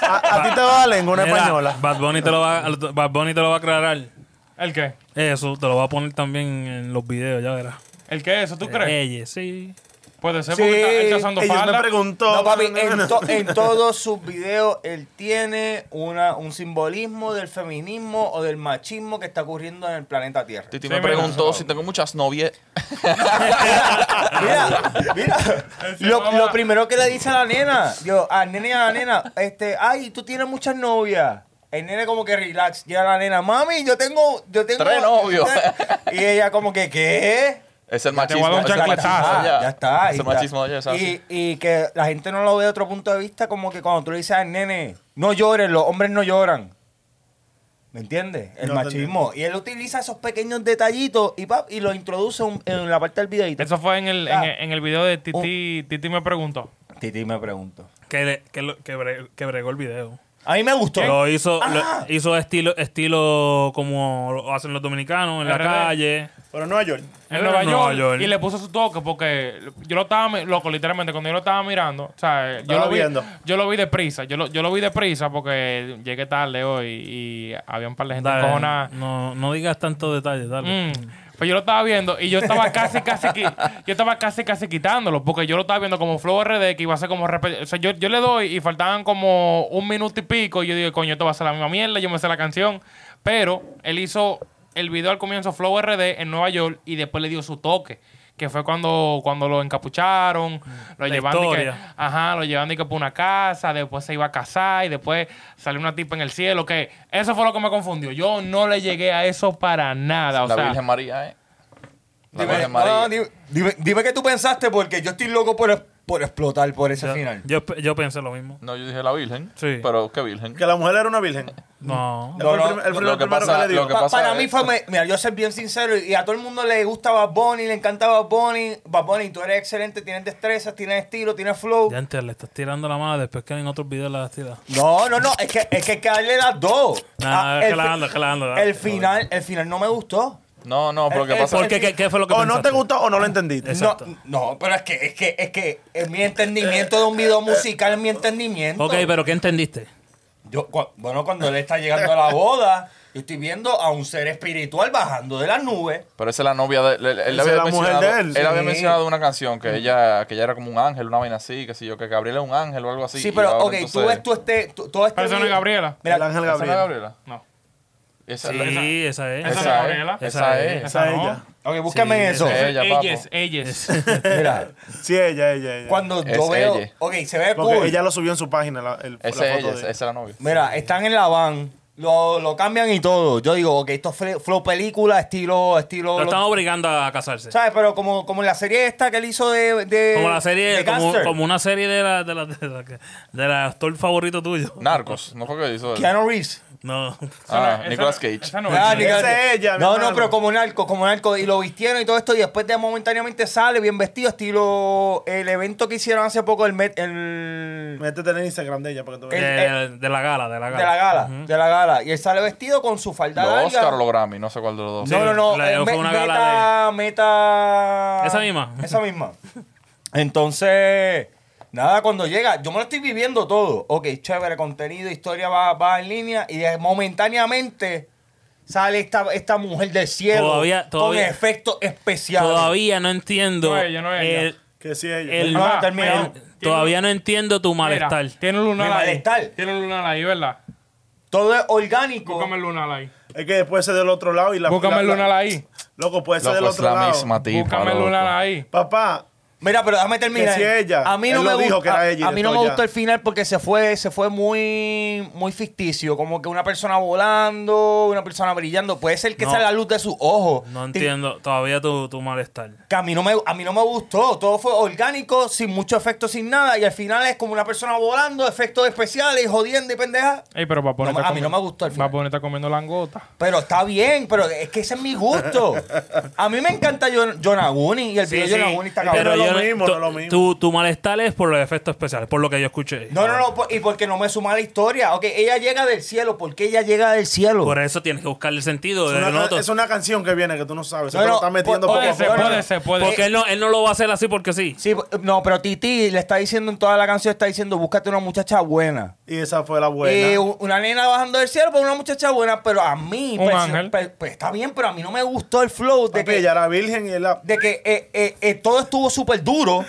Speaker 9: A, a ti te va la lengua una
Speaker 7: Mira,
Speaker 9: española.
Speaker 7: Bad Bunny te lo va, Bad Bunny te lo va a aclarar.
Speaker 5: ¿El qué?
Speaker 7: Eso te lo va a poner también en los videos, ya verás.
Speaker 5: ¿El qué? ¿Eso tú crees?
Speaker 7: Ella, sí.
Speaker 5: Puede ser
Speaker 6: Sí,
Speaker 5: porque está, él está usando
Speaker 9: Ellos me
Speaker 5: falda.
Speaker 9: preguntó.
Speaker 6: No, papi, eh, en, to- en todos sus videos él tiene una, un simbolismo del feminismo o del machismo que está ocurriendo en el planeta Tierra.
Speaker 8: Titi
Speaker 5: Sí,
Speaker 8: me
Speaker 5: mira.
Speaker 8: preguntó si tengo muchas novias.
Speaker 6: Mira, mira.
Speaker 5: Ese
Speaker 6: Lo,
Speaker 5: mamá.
Speaker 6: lo primero que le dice a la nena, yo, al nene y a la nena, este, ay, tú tienes muchas novias. El nene como que relax, llega la nena, mami, yo tengo, yo tengo.
Speaker 8: Tres novios.
Speaker 6: Y ella como que, ¿qué?
Speaker 8: Es el
Speaker 5: te voy
Speaker 8: machismo.
Speaker 5: a dar un
Speaker 8: es el
Speaker 5: chancletazo.
Speaker 8: machismo de
Speaker 6: Ah,
Speaker 8: allá.
Speaker 6: ya está. ahí
Speaker 8: Es el
Speaker 6: está.
Speaker 8: machismo de allá, ¿sabes?
Speaker 6: Y, y que la gente no lo ve de otro punto de vista, como que cuando tú le dices al nene, no llores, los hombres no lloran. ¿Me entiendes? El
Speaker 9: No te
Speaker 6: machismo. Y él utiliza esos pequeños detallitos y, pap, y lo introduce un- en la parte del videito.
Speaker 5: Eso fue en el, en,
Speaker 6: Ah.
Speaker 5: el- en el video de Titi. Titi me preguntó.
Speaker 6: Titi me pregunto.
Speaker 7: Que, le- que, lo- que, bre- que bregó el video.
Speaker 6: A mí me gustó.
Speaker 7: Lo hizo, lo hizo estilo, estilo como lo hacen los dominicanos en la
Speaker 5: RD.
Speaker 7: calle.
Speaker 9: Pero en Nueva York.
Speaker 5: En
Speaker 7: Era
Speaker 5: Nueva,
Speaker 7: en Nueva
Speaker 5: York,
Speaker 7: York.
Speaker 5: Y le puso su toque porque yo lo estaba, mi- loco, literalmente, cuando yo lo estaba mirando, o sea, yo
Speaker 9: Estaba
Speaker 5: lo vi,
Speaker 9: viendo.
Speaker 5: yo lo vi deprisa, yo lo, yo lo vi deprisa porque llegué tarde hoy y había un par de gente
Speaker 7: Dale,
Speaker 5: encojonada.
Speaker 7: no, no digas tantos detalles, dale.
Speaker 5: Mm. Pues yo lo estaba viendo y yo estaba casi, casi, qui- yo estaba casi, casi quitándolo porque yo lo estaba viendo como flow RD que iba a ser como... repe- O sea, yo, yo le doy y faltaban como un minuto y pico y yo digo, coño, esto va a ser la misma mierda, yo me sé la canción. Pero él hizo el video al comienzo flow RD en Nueva York y después le dio su toque. Que fue cuando, cuando lo encapucharon, lo
Speaker 7: Mm. La
Speaker 5: llevaron, y que,
Speaker 7: historia.
Speaker 5: ajá, lo llevaron y que por una casa, después se iba a casar y después salió una tipa en el cielo. Que eso fue lo que me confundió. Yo no le llegué a eso para nada. O
Speaker 8: La
Speaker 5: sea,
Speaker 8: Virgen María, ¿eh? La
Speaker 6: Dime,
Speaker 8: Virgen María.
Speaker 6: no, dime, dime- dime qué tú pensaste, porque yo estoy loco por, por explotar por ese final.
Speaker 7: Yo, yo pensé lo mismo.
Speaker 8: No, yo dije la Virgen.
Speaker 7: Sí.
Speaker 8: Pero, ¿qué Virgen?
Speaker 9: Que la mujer era una virgen.
Speaker 7: No.
Speaker 9: Él fue
Speaker 6: no,
Speaker 9: el, prim- él fue
Speaker 8: lo
Speaker 9: el
Speaker 8: que
Speaker 9: primero
Speaker 8: pasa-
Speaker 9: que le dijo.
Speaker 8: lo que-
Speaker 6: Pa-
Speaker 8: pasa
Speaker 6: para
Speaker 8: es-
Speaker 6: mí fue, me- mira, yo soy bien sincero y a todo el mundo le gustaba Bonnie, le encantaba Bonnie. Bad Bunny, tú eres excelente, tienes destrezas, tienes estilo, tienes flow.
Speaker 7: Ya antes le estás tirando la mano después que en otros videos la has tirado.
Speaker 6: No, no, no, es que, es que hay que darle las dos.
Speaker 7: Nah,
Speaker 6: Ah,
Speaker 7: es
Speaker 6: el
Speaker 7: que la
Speaker 6: fi-
Speaker 7: ando, es que la ando, dale.
Speaker 6: El final, el final no me gustó.
Speaker 8: No, no, pero
Speaker 6: Eh,
Speaker 8: ¿qué
Speaker 6: eh,
Speaker 8: pasa?
Speaker 7: ¿Por qué? ¿Qué, qué fue lo que
Speaker 9: O no te
Speaker 7: pensaste?
Speaker 9: gustó o no lo entendiste.
Speaker 6: No,
Speaker 7: Exacto.
Speaker 6: no, pero es que, es que, es que en mi entendimiento de un video musical, en mi entendimiento.
Speaker 7: Ok, pero ¿qué entendiste?
Speaker 6: Yo, cua- bueno, cuando él está llegando a la boda, yo estoy viendo a un ser espiritual bajando de las nubes.
Speaker 8: Pero esa es la novia de él. Él, él
Speaker 9: Esa
Speaker 8: había
Speaker 9: es la mujer
Speaker 8: mencionado,
Speaker 9: de él,
Speaker 8: él
Speaker 9: sí.
Speaker 8: había mencionado una canción que ella, que ella era como un ángel, una vaina así, que si yo, que Gabriela es un ángel o algo así.
Speaker 6: Sí,
Speaker 8: y
Speaker 6: pero,
Speaker 8: ahora
Speaker 6: ok, tú
Speaker 8: entonces-
Speaker 6: ves tú este, tú- todo este
Speaker 5: Persona
Speaker 6: video-
Speaker 5: Gabriela.
Speaker 9: El ángel
Speaker 8: ¿Esa es la
Speaker 9: Gabriel.
Speaker 8: Gabriela?
Speaker 5: No.
Speaker 8: Esa es la-
Speaker 7: Sí, esa es.
Speaker 5: Esa
Speaker 8: Esa,
Speaker 5: es
Speaker 8: es.
Speaker 5: Gabriela.
Speaker 8: Esa es.
Speaker 5: Esa no.
Speaker 9: ella.
Speaker 6: Ok, búscame
Speaker 7: Sí,
Speaker 6: eso.
Speaker 8: esa es ella, papo.
Speaker 5: Ellas, ellas.
Speaker 6: Mira,
Speaker 9: Sí, ella, ella, ella.
Speaker 6: cuando
Speaker 8: Es
Speaker 6: yo veo.
Speaker 8: ella.
Speaker 6: Ok, se ve
Speaker 9: Porque
Speaker 6: cool.
Speaker 9: ella lo subió en su página, la, el- la foto
Speaker 8: Esa es ella,
Speaker 9: de
Speaker 8: esa es la novia.
Speaker 6: Mira, están en la van. Lo, lo cambian y todo. Yo digo, ok, esto es fle- flow película, estilo, estilo.
Speaker 7: Lo están obligando a casarse.
Speaker 6: ¿Sabes? Pero como, como en la serie esta que él hizo de. de-
Speaker 7: Como la serie,
Speaker 6: de
Speaker 7: como,
Speaker 6: Gangster.
Speaker 7: como una serie de la, de la, de la, de la actor favorito tuyo.
Speaker 8: Narcos, no fue que hizo eso.
Speaker 6: Keanu Reeves.
Speaker 7: No.
Speaker 8: Ah,
Speaker 5: Esa-
Speaker 8: Nicolas
Speaker 5: esa-
Speaker 8: Cage.
Speaker 5: esa no es.
Speaker 9: esa
Speaker 6: Ah, Nicolas-
Speaker 9: es ella, mi
Speaker 6: No, no,
Speaker 9: hermano.
Speaker 6: pero como narco, como narco. Y lo vistieron y todo esto. Y después de momentáneamente sale bien vestido, estilo. El evento que hicieron hace poco, el. Met- el
Speaker 9: Métete en el Instagram de ella para que tú
Speaker 7: De,
Speaker 9: veas.
Speaker 6: eh,
Speaker 7: de la gala, de la gala.
Speaker 6: de la gala, de la gala. Y él sale vestido con su falda
Speaker 8: Los
Speaker 6: larga.
Speaker 8: Oscar o los Grammy, no sé cuál de los dos.
Speaker 7: Sí.
Speaker 6: No, no, no.
Speaker 7: la-
Speaker 6: eh,
Speaker 7: fue
Speaker 6: me-
Speaker 7: una
Speaker 6: meta,
Speaker 7: gala
Speaker 6: meta.
Speaker 7: ¿Esa misma?
Speaker 6: Esa misma. Entonces, nada, cuando llega, yo me lo estoy viviendo todo. Ok, chévere, contenido, historia va, va en línea y de- momentáneamente sale esta, esta mujer del cielo
Speaker 7: Todavía- todavía-
Speaker 6: con efectos especiales.
Speaker 7: Todavía no entiendo.
Speaker 5: No, ella, no ella.
Speaker 7: el-
Speaker 9: Que sí, ella.
Speaker 7: el-
Speaker 6: No, no,
Speaker 7: el-
Speaker 6: terminado.
Speaker 7: todavía no entiendo tu
Speaker 5: Mira,
Speaker 7: malestar.
Speaker 5: Tiene un lunar
Speaker 6: Mi
Speaker 5: ahí.
Speaker 6: malestar.
Speaker 5: Tiene un lunar ahí, ¿verdad?
Speaker 6: Todo es orgánico.
Speaker 5: Búscame el lunar ahí.
Speaker 9: Es que puede ser del otro lado y la.
Speaker 5: Búscame el
Speaker 9: la-
Speaker 5: lunar ahí.
Speaker 9: Loco, puede ser del
Speaker 8: Loco, es
Speaker 9: otro
Speaker 8: la
Speaker 9: lado.
Speaker 8: misma tipa.
Speaker 5: Búscame el
Speaker 8: loco.
Speaker 5: lunar ahí.
Speaker 9: Papá,
Speaker 6: Mira, pero déjame
Speaker 9: Que
Speaker 6: terminar.
Speaker 9: si ella,
Speaker 6: a mí no
Speaker 9: él
Speaker 6: me
Speaker 9: lo dijo
Speaker 6: gustó,
Speaker 9: que era ella y
Speaker 6: a mí no
Speaker 9: después
Speaker 6: me
Speaker 9: ya.
Speaker 6: gustó el final porque se fue, se fue muy, muy ficticio, como que una persona volando, una persona brillando. Puede ser que
Speaker 7: No.
Speaker 6: sea la luz de sus ojos.
Speaker 7: No
Speaker 6: Ti-
Speaker 7: entiendo todavía tu, tu malestar.
Speaker 6: Que a mí no me, a mí no me gustó. Todo fue orgánico, sin mucho efecto, sin nada. Y al final es como una persona volando, efectos especiales, jodiendo y pendeja.
Speaker 5: Ey, pero va a poner.
Speaker 6: No, a mí no me gustó el
Speaker 5: Va a
Speaker 6: final.
Speaker 5: poner está comiendo langota.
Speaker 6: Pero está bien, pero es que ese es mi gusto. A mí me encanta John, John Aguni y el
Speaker 7: Sí,
Speaker 6: video
Speaker 7: sí,
Speaker 6: de John Aguni está
Speaker 7: pero
Speaker 6: cabrón.
Speaker 9: no es
Speaker 7: yo
Speaker 9: lo
Speaker 7: no-
Speaker 9: mismo,
Speaker 7: tu-
Speaker 9: no es lo mismo.
Speaker 7: Tu, tu malestar es por los efectos especiales, por lo que yo escuché.
Speaker 6: No, no, no, por- y porque no me suma la historia. Ok, ella llega del cielo. ¿Por qué ella llega del cielo?
Speaker 7: Por eso tienes que buscarle el sentido.
Speaker 9: es una,
Speaker 7: el otro.
Speaker 9: es una canción que viene que tú no sabes. se
Speaker 6: No,
Speaker 9: te
Speaker 6: no,
Speaker 9: lo está metiendo
Speaker 6: po-
Speaker 9: poco a
Speaker 5: Puede
Speaker 6: Porque-
Speaker 5: ser,
Speaker 9: poco.
Speaker 5: puede ser, puede
Speaker 7: Porque él no, él no lo va a hacer así porque sí.
Speaker 6: Sí, no, pero Titi le está diciendo en toda la canción, está diciendo, búscate una muchacha buena.
Speaker 9: Y esa fue la buena.
Speaker 6: Eh, u- una nena bajando del cielo por una muchacha buena, pero a mí,
Speaker 5: Un
Speaker 6: pues,
Speaker 5: ángel.
Speaker 6: pues, pues, está bien, pero a mí no me gustó el flow de
Speaker 9: Papi,
Speaker 6: que,
Speaker 9: ella era virgen y él la.
Speaker 6: de que eh, eh, eh, todo estuvo súper duro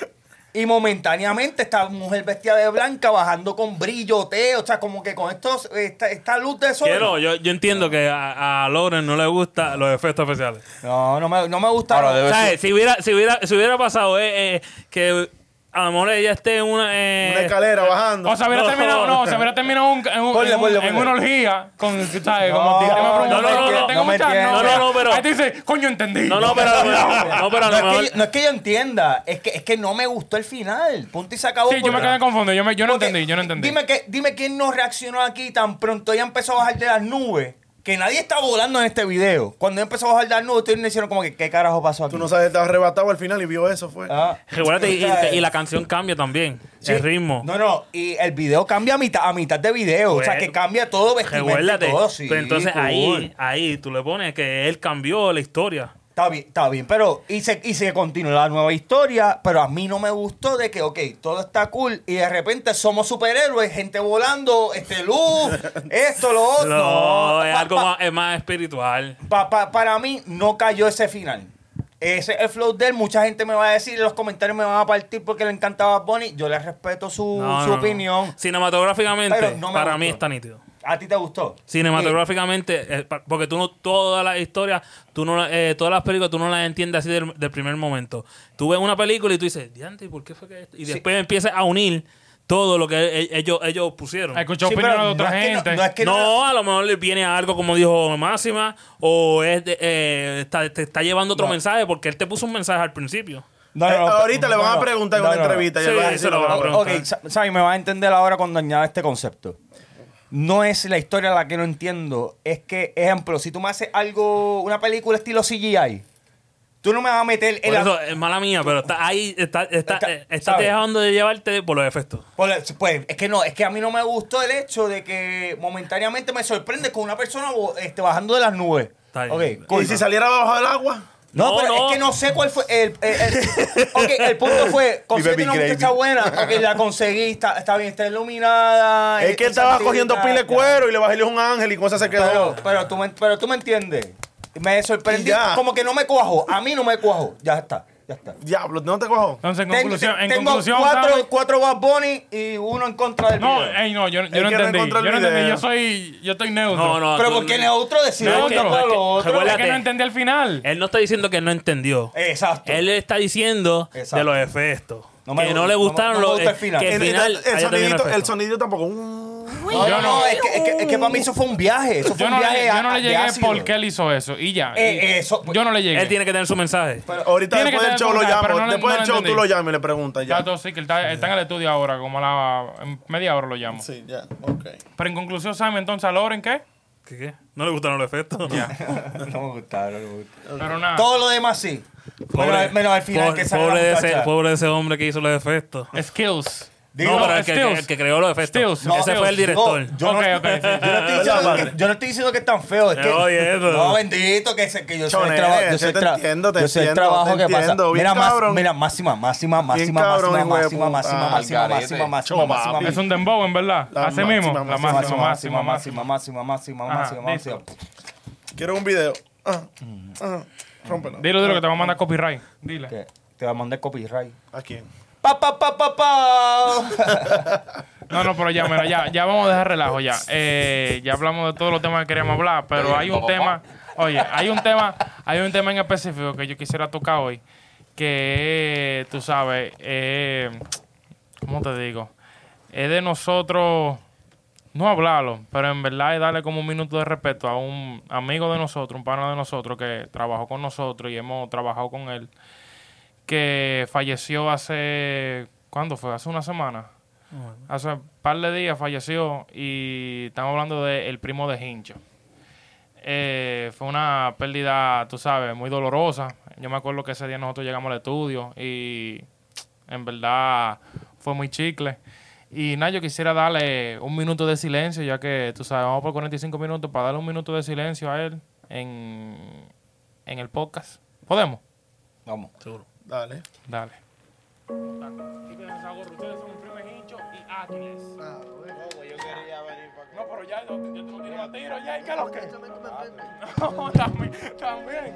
Speaker 6: y momentáneamente esta mujer vestida de blanca bajando con brilloteo, o sea, como que con estos, esta, esta luz de sol.
Speaker 7: Quiero, yo, yo entiendo que a, a Lauren no le gustan los efectos especiales.
Speaker 6: No, no me, no me gusta.
Speaker 8: Ahora debe- Pero
Speaker 7: ¿Sabes? Si hubiera, si hubiera, si hubiera pasado eh, eh, que a lo mejor ella esté en una. eh,
Speaker 9: Una escalera bajando.
Speaker 5: O sea, hubiera
Speaker 7: No.
Speaker 5: terminado, no, se hubiera terminado un- en, un-
Speaker 6: Ponle,
Speaker 5: en un-
Speaker 6: ponle,
Speaker 5: en
Speaker 6: ponle.
Speaker 5: una orgía con, ¿sabes?
Speaker 6: No,
Speaker 5: como
Speaker 6: no,
Speaker 5: sistema promocional.
Speaker 7: no, no,
Speaker 5: que
Speaker 7: no,
Speaker 5: tengo
Speaker 6: no me
Speaker 5: muchas
Speaker 6: entiendo.
Speaker 5: novias.
Speaker 7: No, no, no, pero-
Speaker 5: Ahí te dice, coño, entendí.
Speaker 7: no, no, pero, no, pero
Speaker 6: No
Speaker 7: a lo
Speaker 6: es, que
Speaker 7: mejor-
Speaker 6: yo, no es que yo entienda, es que, es que no me gustó el final. Punto y se acabó.
Speaker 5: Sí, yo me
Speaker 6: porque-
Speaker 5: quedé confundido, yo, me- yo no
Speaker 6: porque
Speaker 5: entendí, yo no entendí.
Speaker 6: Dime, que, dime quién no reaccionó aquí tan pronto. Ella empezó a bajar de las nubes. Que nadie está volando en este video. Cuando ella empezó a bajar de las nubes, ustedes me hicieron como que, ¿qué carajo pasó aquí?
Speaker 9: Tú no sabes, estaba arrebatado al final y vio eso, fue.
Speaker 6: Ah.
Speaker 7: Recuérdate, y,
Speaker 6: O sea, eh,
Speaker 7: y- y la canción cambia también.
Speaker 6: sí.
Speaker 7: El ritmo.
Speaker 6: No, no, y el video cambia a mitad, a mitad de video. o sea,
Speaker 7: Bueno.
Speaker 6: que cambia todo vestimenta y
Speaker 7: Recuérdate.
Speaker 6: todo, sí,
Speaker 7: pero entonces
Speaker 6: cool.
Speaker 7: ahí, ahí tú le pones que él cambió la historia.
Speaker 6: Está bien, está bien, pero y se, y se continúa la nueva historia, pero a mí no me gustó de que, ok, todo está cool y de repente somos superhéroes, gente volando, este luz, esto, lo otro.
Speaker 7: No, es
Speaker 6: Pa-
Speaker 7: algo
Speaker 6: pa-
Speaker 7: más, es más espiritual.
Speaker 6: pa- pa- para mí no cayó ese final. Ese es el flow de él. Mucha gente me va a decir, en los comentarios me van a partir porque le encantaba Bonnie. Yo le respeto su,
Speaker 7: No,
Speaker 6: su
Speaker 7: no, no.
Speaker 6: opinión. Pero
Speaker 7: Cinematográficamente,
Speaker 6: no me
Speaker 7: para
Speaker 6: gustó.
Speaker 7: mí está nítido.
Speaker 6: ¿A ti te gustó?
Speaker 7: Cinematográficamente, eh, pa- porque tú no, todas las historias, tú no, la- eh, todas las películas, tú no las entiendes así del, del primer momento. Tú ves una película y tú dices, diante, ¿por qué fue que esto? Y después empiezas a unir todo lo que e- e- ellos, ellos pusieron.
Speaker 5: Escuché
Speaker 6: Sí,
Speaker 5: opiniones
Speaker 6: pero
Speaker 5: de otra
Speaker 6: no es que no-
Speaker 5: gente.
Speaker 6: no es que-
Speaker 7: No, a lo mejor le viene algo como dijo Máxima, o es de- eh, está- te está llevando otro mensaje porque él te puso un mensaje al principio.
Speaker 6: No,
Speaker 9: Eh,
Speaker 6: no, no,
Speaker 9: ahorita le van
Speaker 6: no,
Speaker 9: a preguntar en
Speaker 6: no,
Speaker 9: una
Speaker 6: no, no.
Speaker 9: entrevista. y él
Speaker 7: Sí,
Speaker 9: va a
Speaker 7: eso
Speaker 9: decir,
Speaker 7: lo van a
Speaker 9: "No,
Speaker 7: preguntar".
Speaker 6: Ok, Sa- Sammy, me va a entender ahora cuando añada este concepto. No es la historia la que no entiendo. Es que, ejemplo, si tú me haces algo, una película estilo CGI, tú no me vas a meter en
Speaker 7: Por
Speaker 6: la-
Speaker 7: eso, es mala mía, pero está ahí, está, está,
Speaker 6: Está-
Speaker 7: eh, está
Speaker 6: ¿sabes?
Speaker 7: dejando de llevarte por los efectos.
Speaker 6: por la- Pues es que no, es que a mí no me gustó el hecho de que momentáneamente me sorprende con una persona bo- este, bajando de las nubes.
Speaker 7: Está bien.
Speaker 6: Ok, cool.
Speaker 9: ¿Y si saliera debajo del agua?
Speaker 6: No,
Speaker 7: No,
Speaker 6: pero
Speaker 7: no.
Speaker 6: es que no sé cuál fue. El, el- el- ok, el punto fue: conseguí
Speaker 9: baby
Speaker 6: una
Speaker 9: gravy.
Speaker 6: muchacha buena. Ok, la conseguí, está, está bien, está iluminada.
Speaker 9: Es que él estaba cogiendo pila de
Speaker 6: piles
Speaker 9: cuero y le bajé un ángel y con esa se
Speaker 6: Pero,
Speaker 9: quedó.
Speaker 6: pero, tú, me, pero tú me entiendes. Me sorprendí.
Speaker 9: Y ya.
Speaker 6: Como que no me cuajo. A mí no me cuajo. Ya está. Ya está.
Speaker 9: Diablo, ¿no te cojo?
Speaker 5: Entonces, en
Speaker 6: Tengo-
Speaker 5: conclusión, en
Speaker 6: tengo
Speaker 5: conclusión
Speaker 6: cuatro,
Speaker 5: ¿sabes?
Speaker 6: cuatro Bad Bunny y uno en contra del
Speaker 5: No, eh,
Speaker 6: video.
Speaker 5: ey, no, yo, yo
Speaker 9: Hay
Speaker 5: no
Speaker 9: que
Speaker 5: entendí. Yo
Speaker 9: encontrar el
Speaker 5: no entendí,
Speaker 9: video.
Speaker 5: yo soy, yo estoy neutro.
Speaker 7: No, no.
Speaker 6: Pero
Speaker 7: tú-
Speaker 6: porque neutro decidió
Speaker 5: No,
Speaker 6: no,
Speaker 5: es que- es que-
Speaker 6: lo otro.
Speaker 5: Es
Speaker 7: recuerda-
Speaker 5: que no entendí al final.
Speaker 7: Él no está diciendo que no
Speaker 6: Eh,
Speaker 7: entendió.
Speaker 5: Eh,
Speaker 6: Exacto.
Speaker 7: Él está diciendo
Speaker 6: Exacto.
Speaker 7: de los efectos.
Speaker 6: No me
Speaker 7: que
Speaker 6: gu-
Speaker 7: no le
Speaker 6: no me-
Speaker 7: gustaron
Speaker 6: no me
Speaker 7: los
Speaker 6: gusta el
Speaker 7: eh,
Speaker 6: final.
Speaker 7: Que el
Speaker 9: El, el-
Speaker 7: final.
Speaker 9: el
Speaker 7: haya tenido
Speaker 9: sonidito,
Speaker 7: un
Speaker 9: el
Speaker 7: efecto.
Speaker 9: sonido tampoco. Mm.
Speaker 6: No,
Speaker 5: Yo
Speaker 6: no,
Speaker 5: no.
Speaker 6: no, es que, es que- es que para mí eso fue un viaje. Eso fue
Speaker 5: Yo
Speaker 6: un
Speaker 5: no,
Speaker 6: viaje
Speaker 5: le, yo no
Speaker 6: a-
Speaker 5: le
Speaker 6: de
Speaker 5: llegué
Speaker 6: ácido.
Speaker 5: porque él hizo eso. Y ya.
Speaker 6: Eh, eso, pues,
Speaker 5: yo no le llegué.
Speaker 7: Él tiene que tener su mensaje.
Speaker 9: Ahorita
Speaker 5: Tiene que
Speaker 9: después del
Speaker 5: tener
Speaker 9: show lo
Speaker 5: alguna,
Speaker 9: llamo.
Speaker 5: pero no le- no
Speaker 9: después del
Speaker 5: lo
Speaker 9: show tú
Speaker 5: entendí.
Speaker 9: lo llamas y le preguntas ya.
Speaker 5: Está todo, sí, que él está, está en el estudio ahora, como a la en media hora lo llamo.
Speaker 9: Sí, ya. Ok.
Speaker 5: Pero en conclusión, Sam, entonces a Loren, ¿qué?
Speaker 7: ¿Qué, qué? ¿No le gustaron los efectos?
Speaker 6: no me gustaba, no me gustaba.
Speaker 5: Pero nada.
Speaker 6: Todo lo demás sí. Menos, menos al final
Speaker 7: pobre,
Speaker 6: que sale la
Speaker 7: pobre de ese,
Speaker 6: muchacha.
Speaker 7: pobre de ese hombre que hizo los efectos.
Speaker 5: Skills.
Speaker 6: Digo,
Speaker 7: no, pero el que,
Speaker 5: Stills.
Speaker 7: el que creó los efectos.
Speaker 5: Stills,
Speaker 7: ese
Speaker 5: Stills.
Speaker 7: fue el
Speaker 6: digo,
Speaker 7: director.
Speaker 6: yo,
Speaker 5: Ok,
Speaker 6: no,
Speaker 5: ok, sí.
Speaker 6: yo no estoy diciendo que, yo no estoy diciendo que es tan feo. Es
Speaker 7: Te
Speaker 6: que,
Speaker 7: oye eso.
Speaker 6: no, bendito, que, se- que yo soy el
Speaker 9: Chonel,
Speaker 6: trabajo. Yo
Speaker 9: yo
Speaker 6: soy el
Speaker 9: te
Speaker 6: tra-
Speaker 9: entiendo, te
Speaker 6: yo soy el
Speaker 9: entiendo,
Speaker 6: trabajo
Speaker 9: te
Speaker 6: que pasa.
Speaker 9: entiendo, bien
Speaker 6: Mira, más-
Speaker 9: cabrón.
Speaker 6: mira, máxima, máxima,
Speaker 9: Bien
Speaker 6: máxima,
Speaker 9: cabrón,
Speaker 6: máxima,
Speaker 9: hijo de
Speaker 6: máxima,
Speaker 9: puta.
Speaker 6: máxima, máxima,
Speaker 8: Algarete.
Speaker 6: máxima, máxima,
Speaker 9: Chau,
Speaker 6: máxima,
Speaker 9: papi.
Speaker 5: Es un dembow, en verdad.
Speaker 9: La
Speaker 5: Así mismo.
Speaker 9: máxima,
Speaker 5: La
Speaker 9: máxima,
Speaker 5: máxima, máxima, máxima.
Speaker 6: máxima, máxima,
Speaker 5: Ajá,
Speaker 6: máxima, máxima, máxima.
Speaker 9: Quiero un video. Ah, ah,
Speaker 6: Mm.
Speaker 9: rómpelo.
Speaker 5: Dilo, dilo, que te va a mandar copyright. Dile.
Speaker 6: Que Te va a mandar copyright.
Speaker 9: ¿A quién?
Speaker 6: Pa, pa, pa, pa, pa.
Speaker 5: No, no, pero ya, mira, ya, ya vamos a dejar relajo ya. Eh, ya hablamos de todos los temas que queríamos hablar, pero hay un tema, oye, hay un tema, hay un tema en específico que yo quisiera tocar hoy, que eh, tú sabes, eh, ¿cómo te digo? Es de nosotros no hablarlo, pero en verdad es darle como un minuto de respeto a un amigo de nosotros, un pana de nosotros que trabajó con nosotros y hemos trabajado con él, que falleció hace, ¿cuándo fue? Hace una semana. Hace un par de días falleció y estamos hablando del primo de Hincho. Eh, fue una pérdida, tú sabes, muy dolorosa. Yo me acuerdo que ese día nosotros llegamos al estudio y en verdad fue muy chicle. Y nada, yo quisiera darle un minuto de silencio, ya que tú sabes, vamos por 45 minutos para darle un minuto de silencio a él en, en el podcast. ¿Podemos?
Speaker 6: Vamos.
Speaker 9: Dale.
Speaker 5: Dale. ustedes son un primer hincho y ágiles. No, pero ya yo, yo te lo tiro a tiro, ya, ¿y qué es lo que? No, también, también.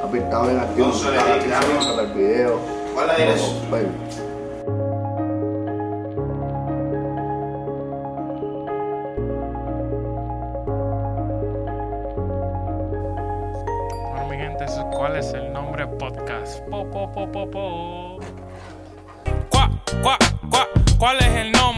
Speaker 10: Papi estaba bien activo, estaba activo, saca el video. ¿Cuál es?
Speaker 5: Bueno, mi gente, eso- ¿cuál es el nombre podcast? Po, po, po, po, po.
Speaker 2: Cuá, cuá, cuá, ¿cuál es el nombre?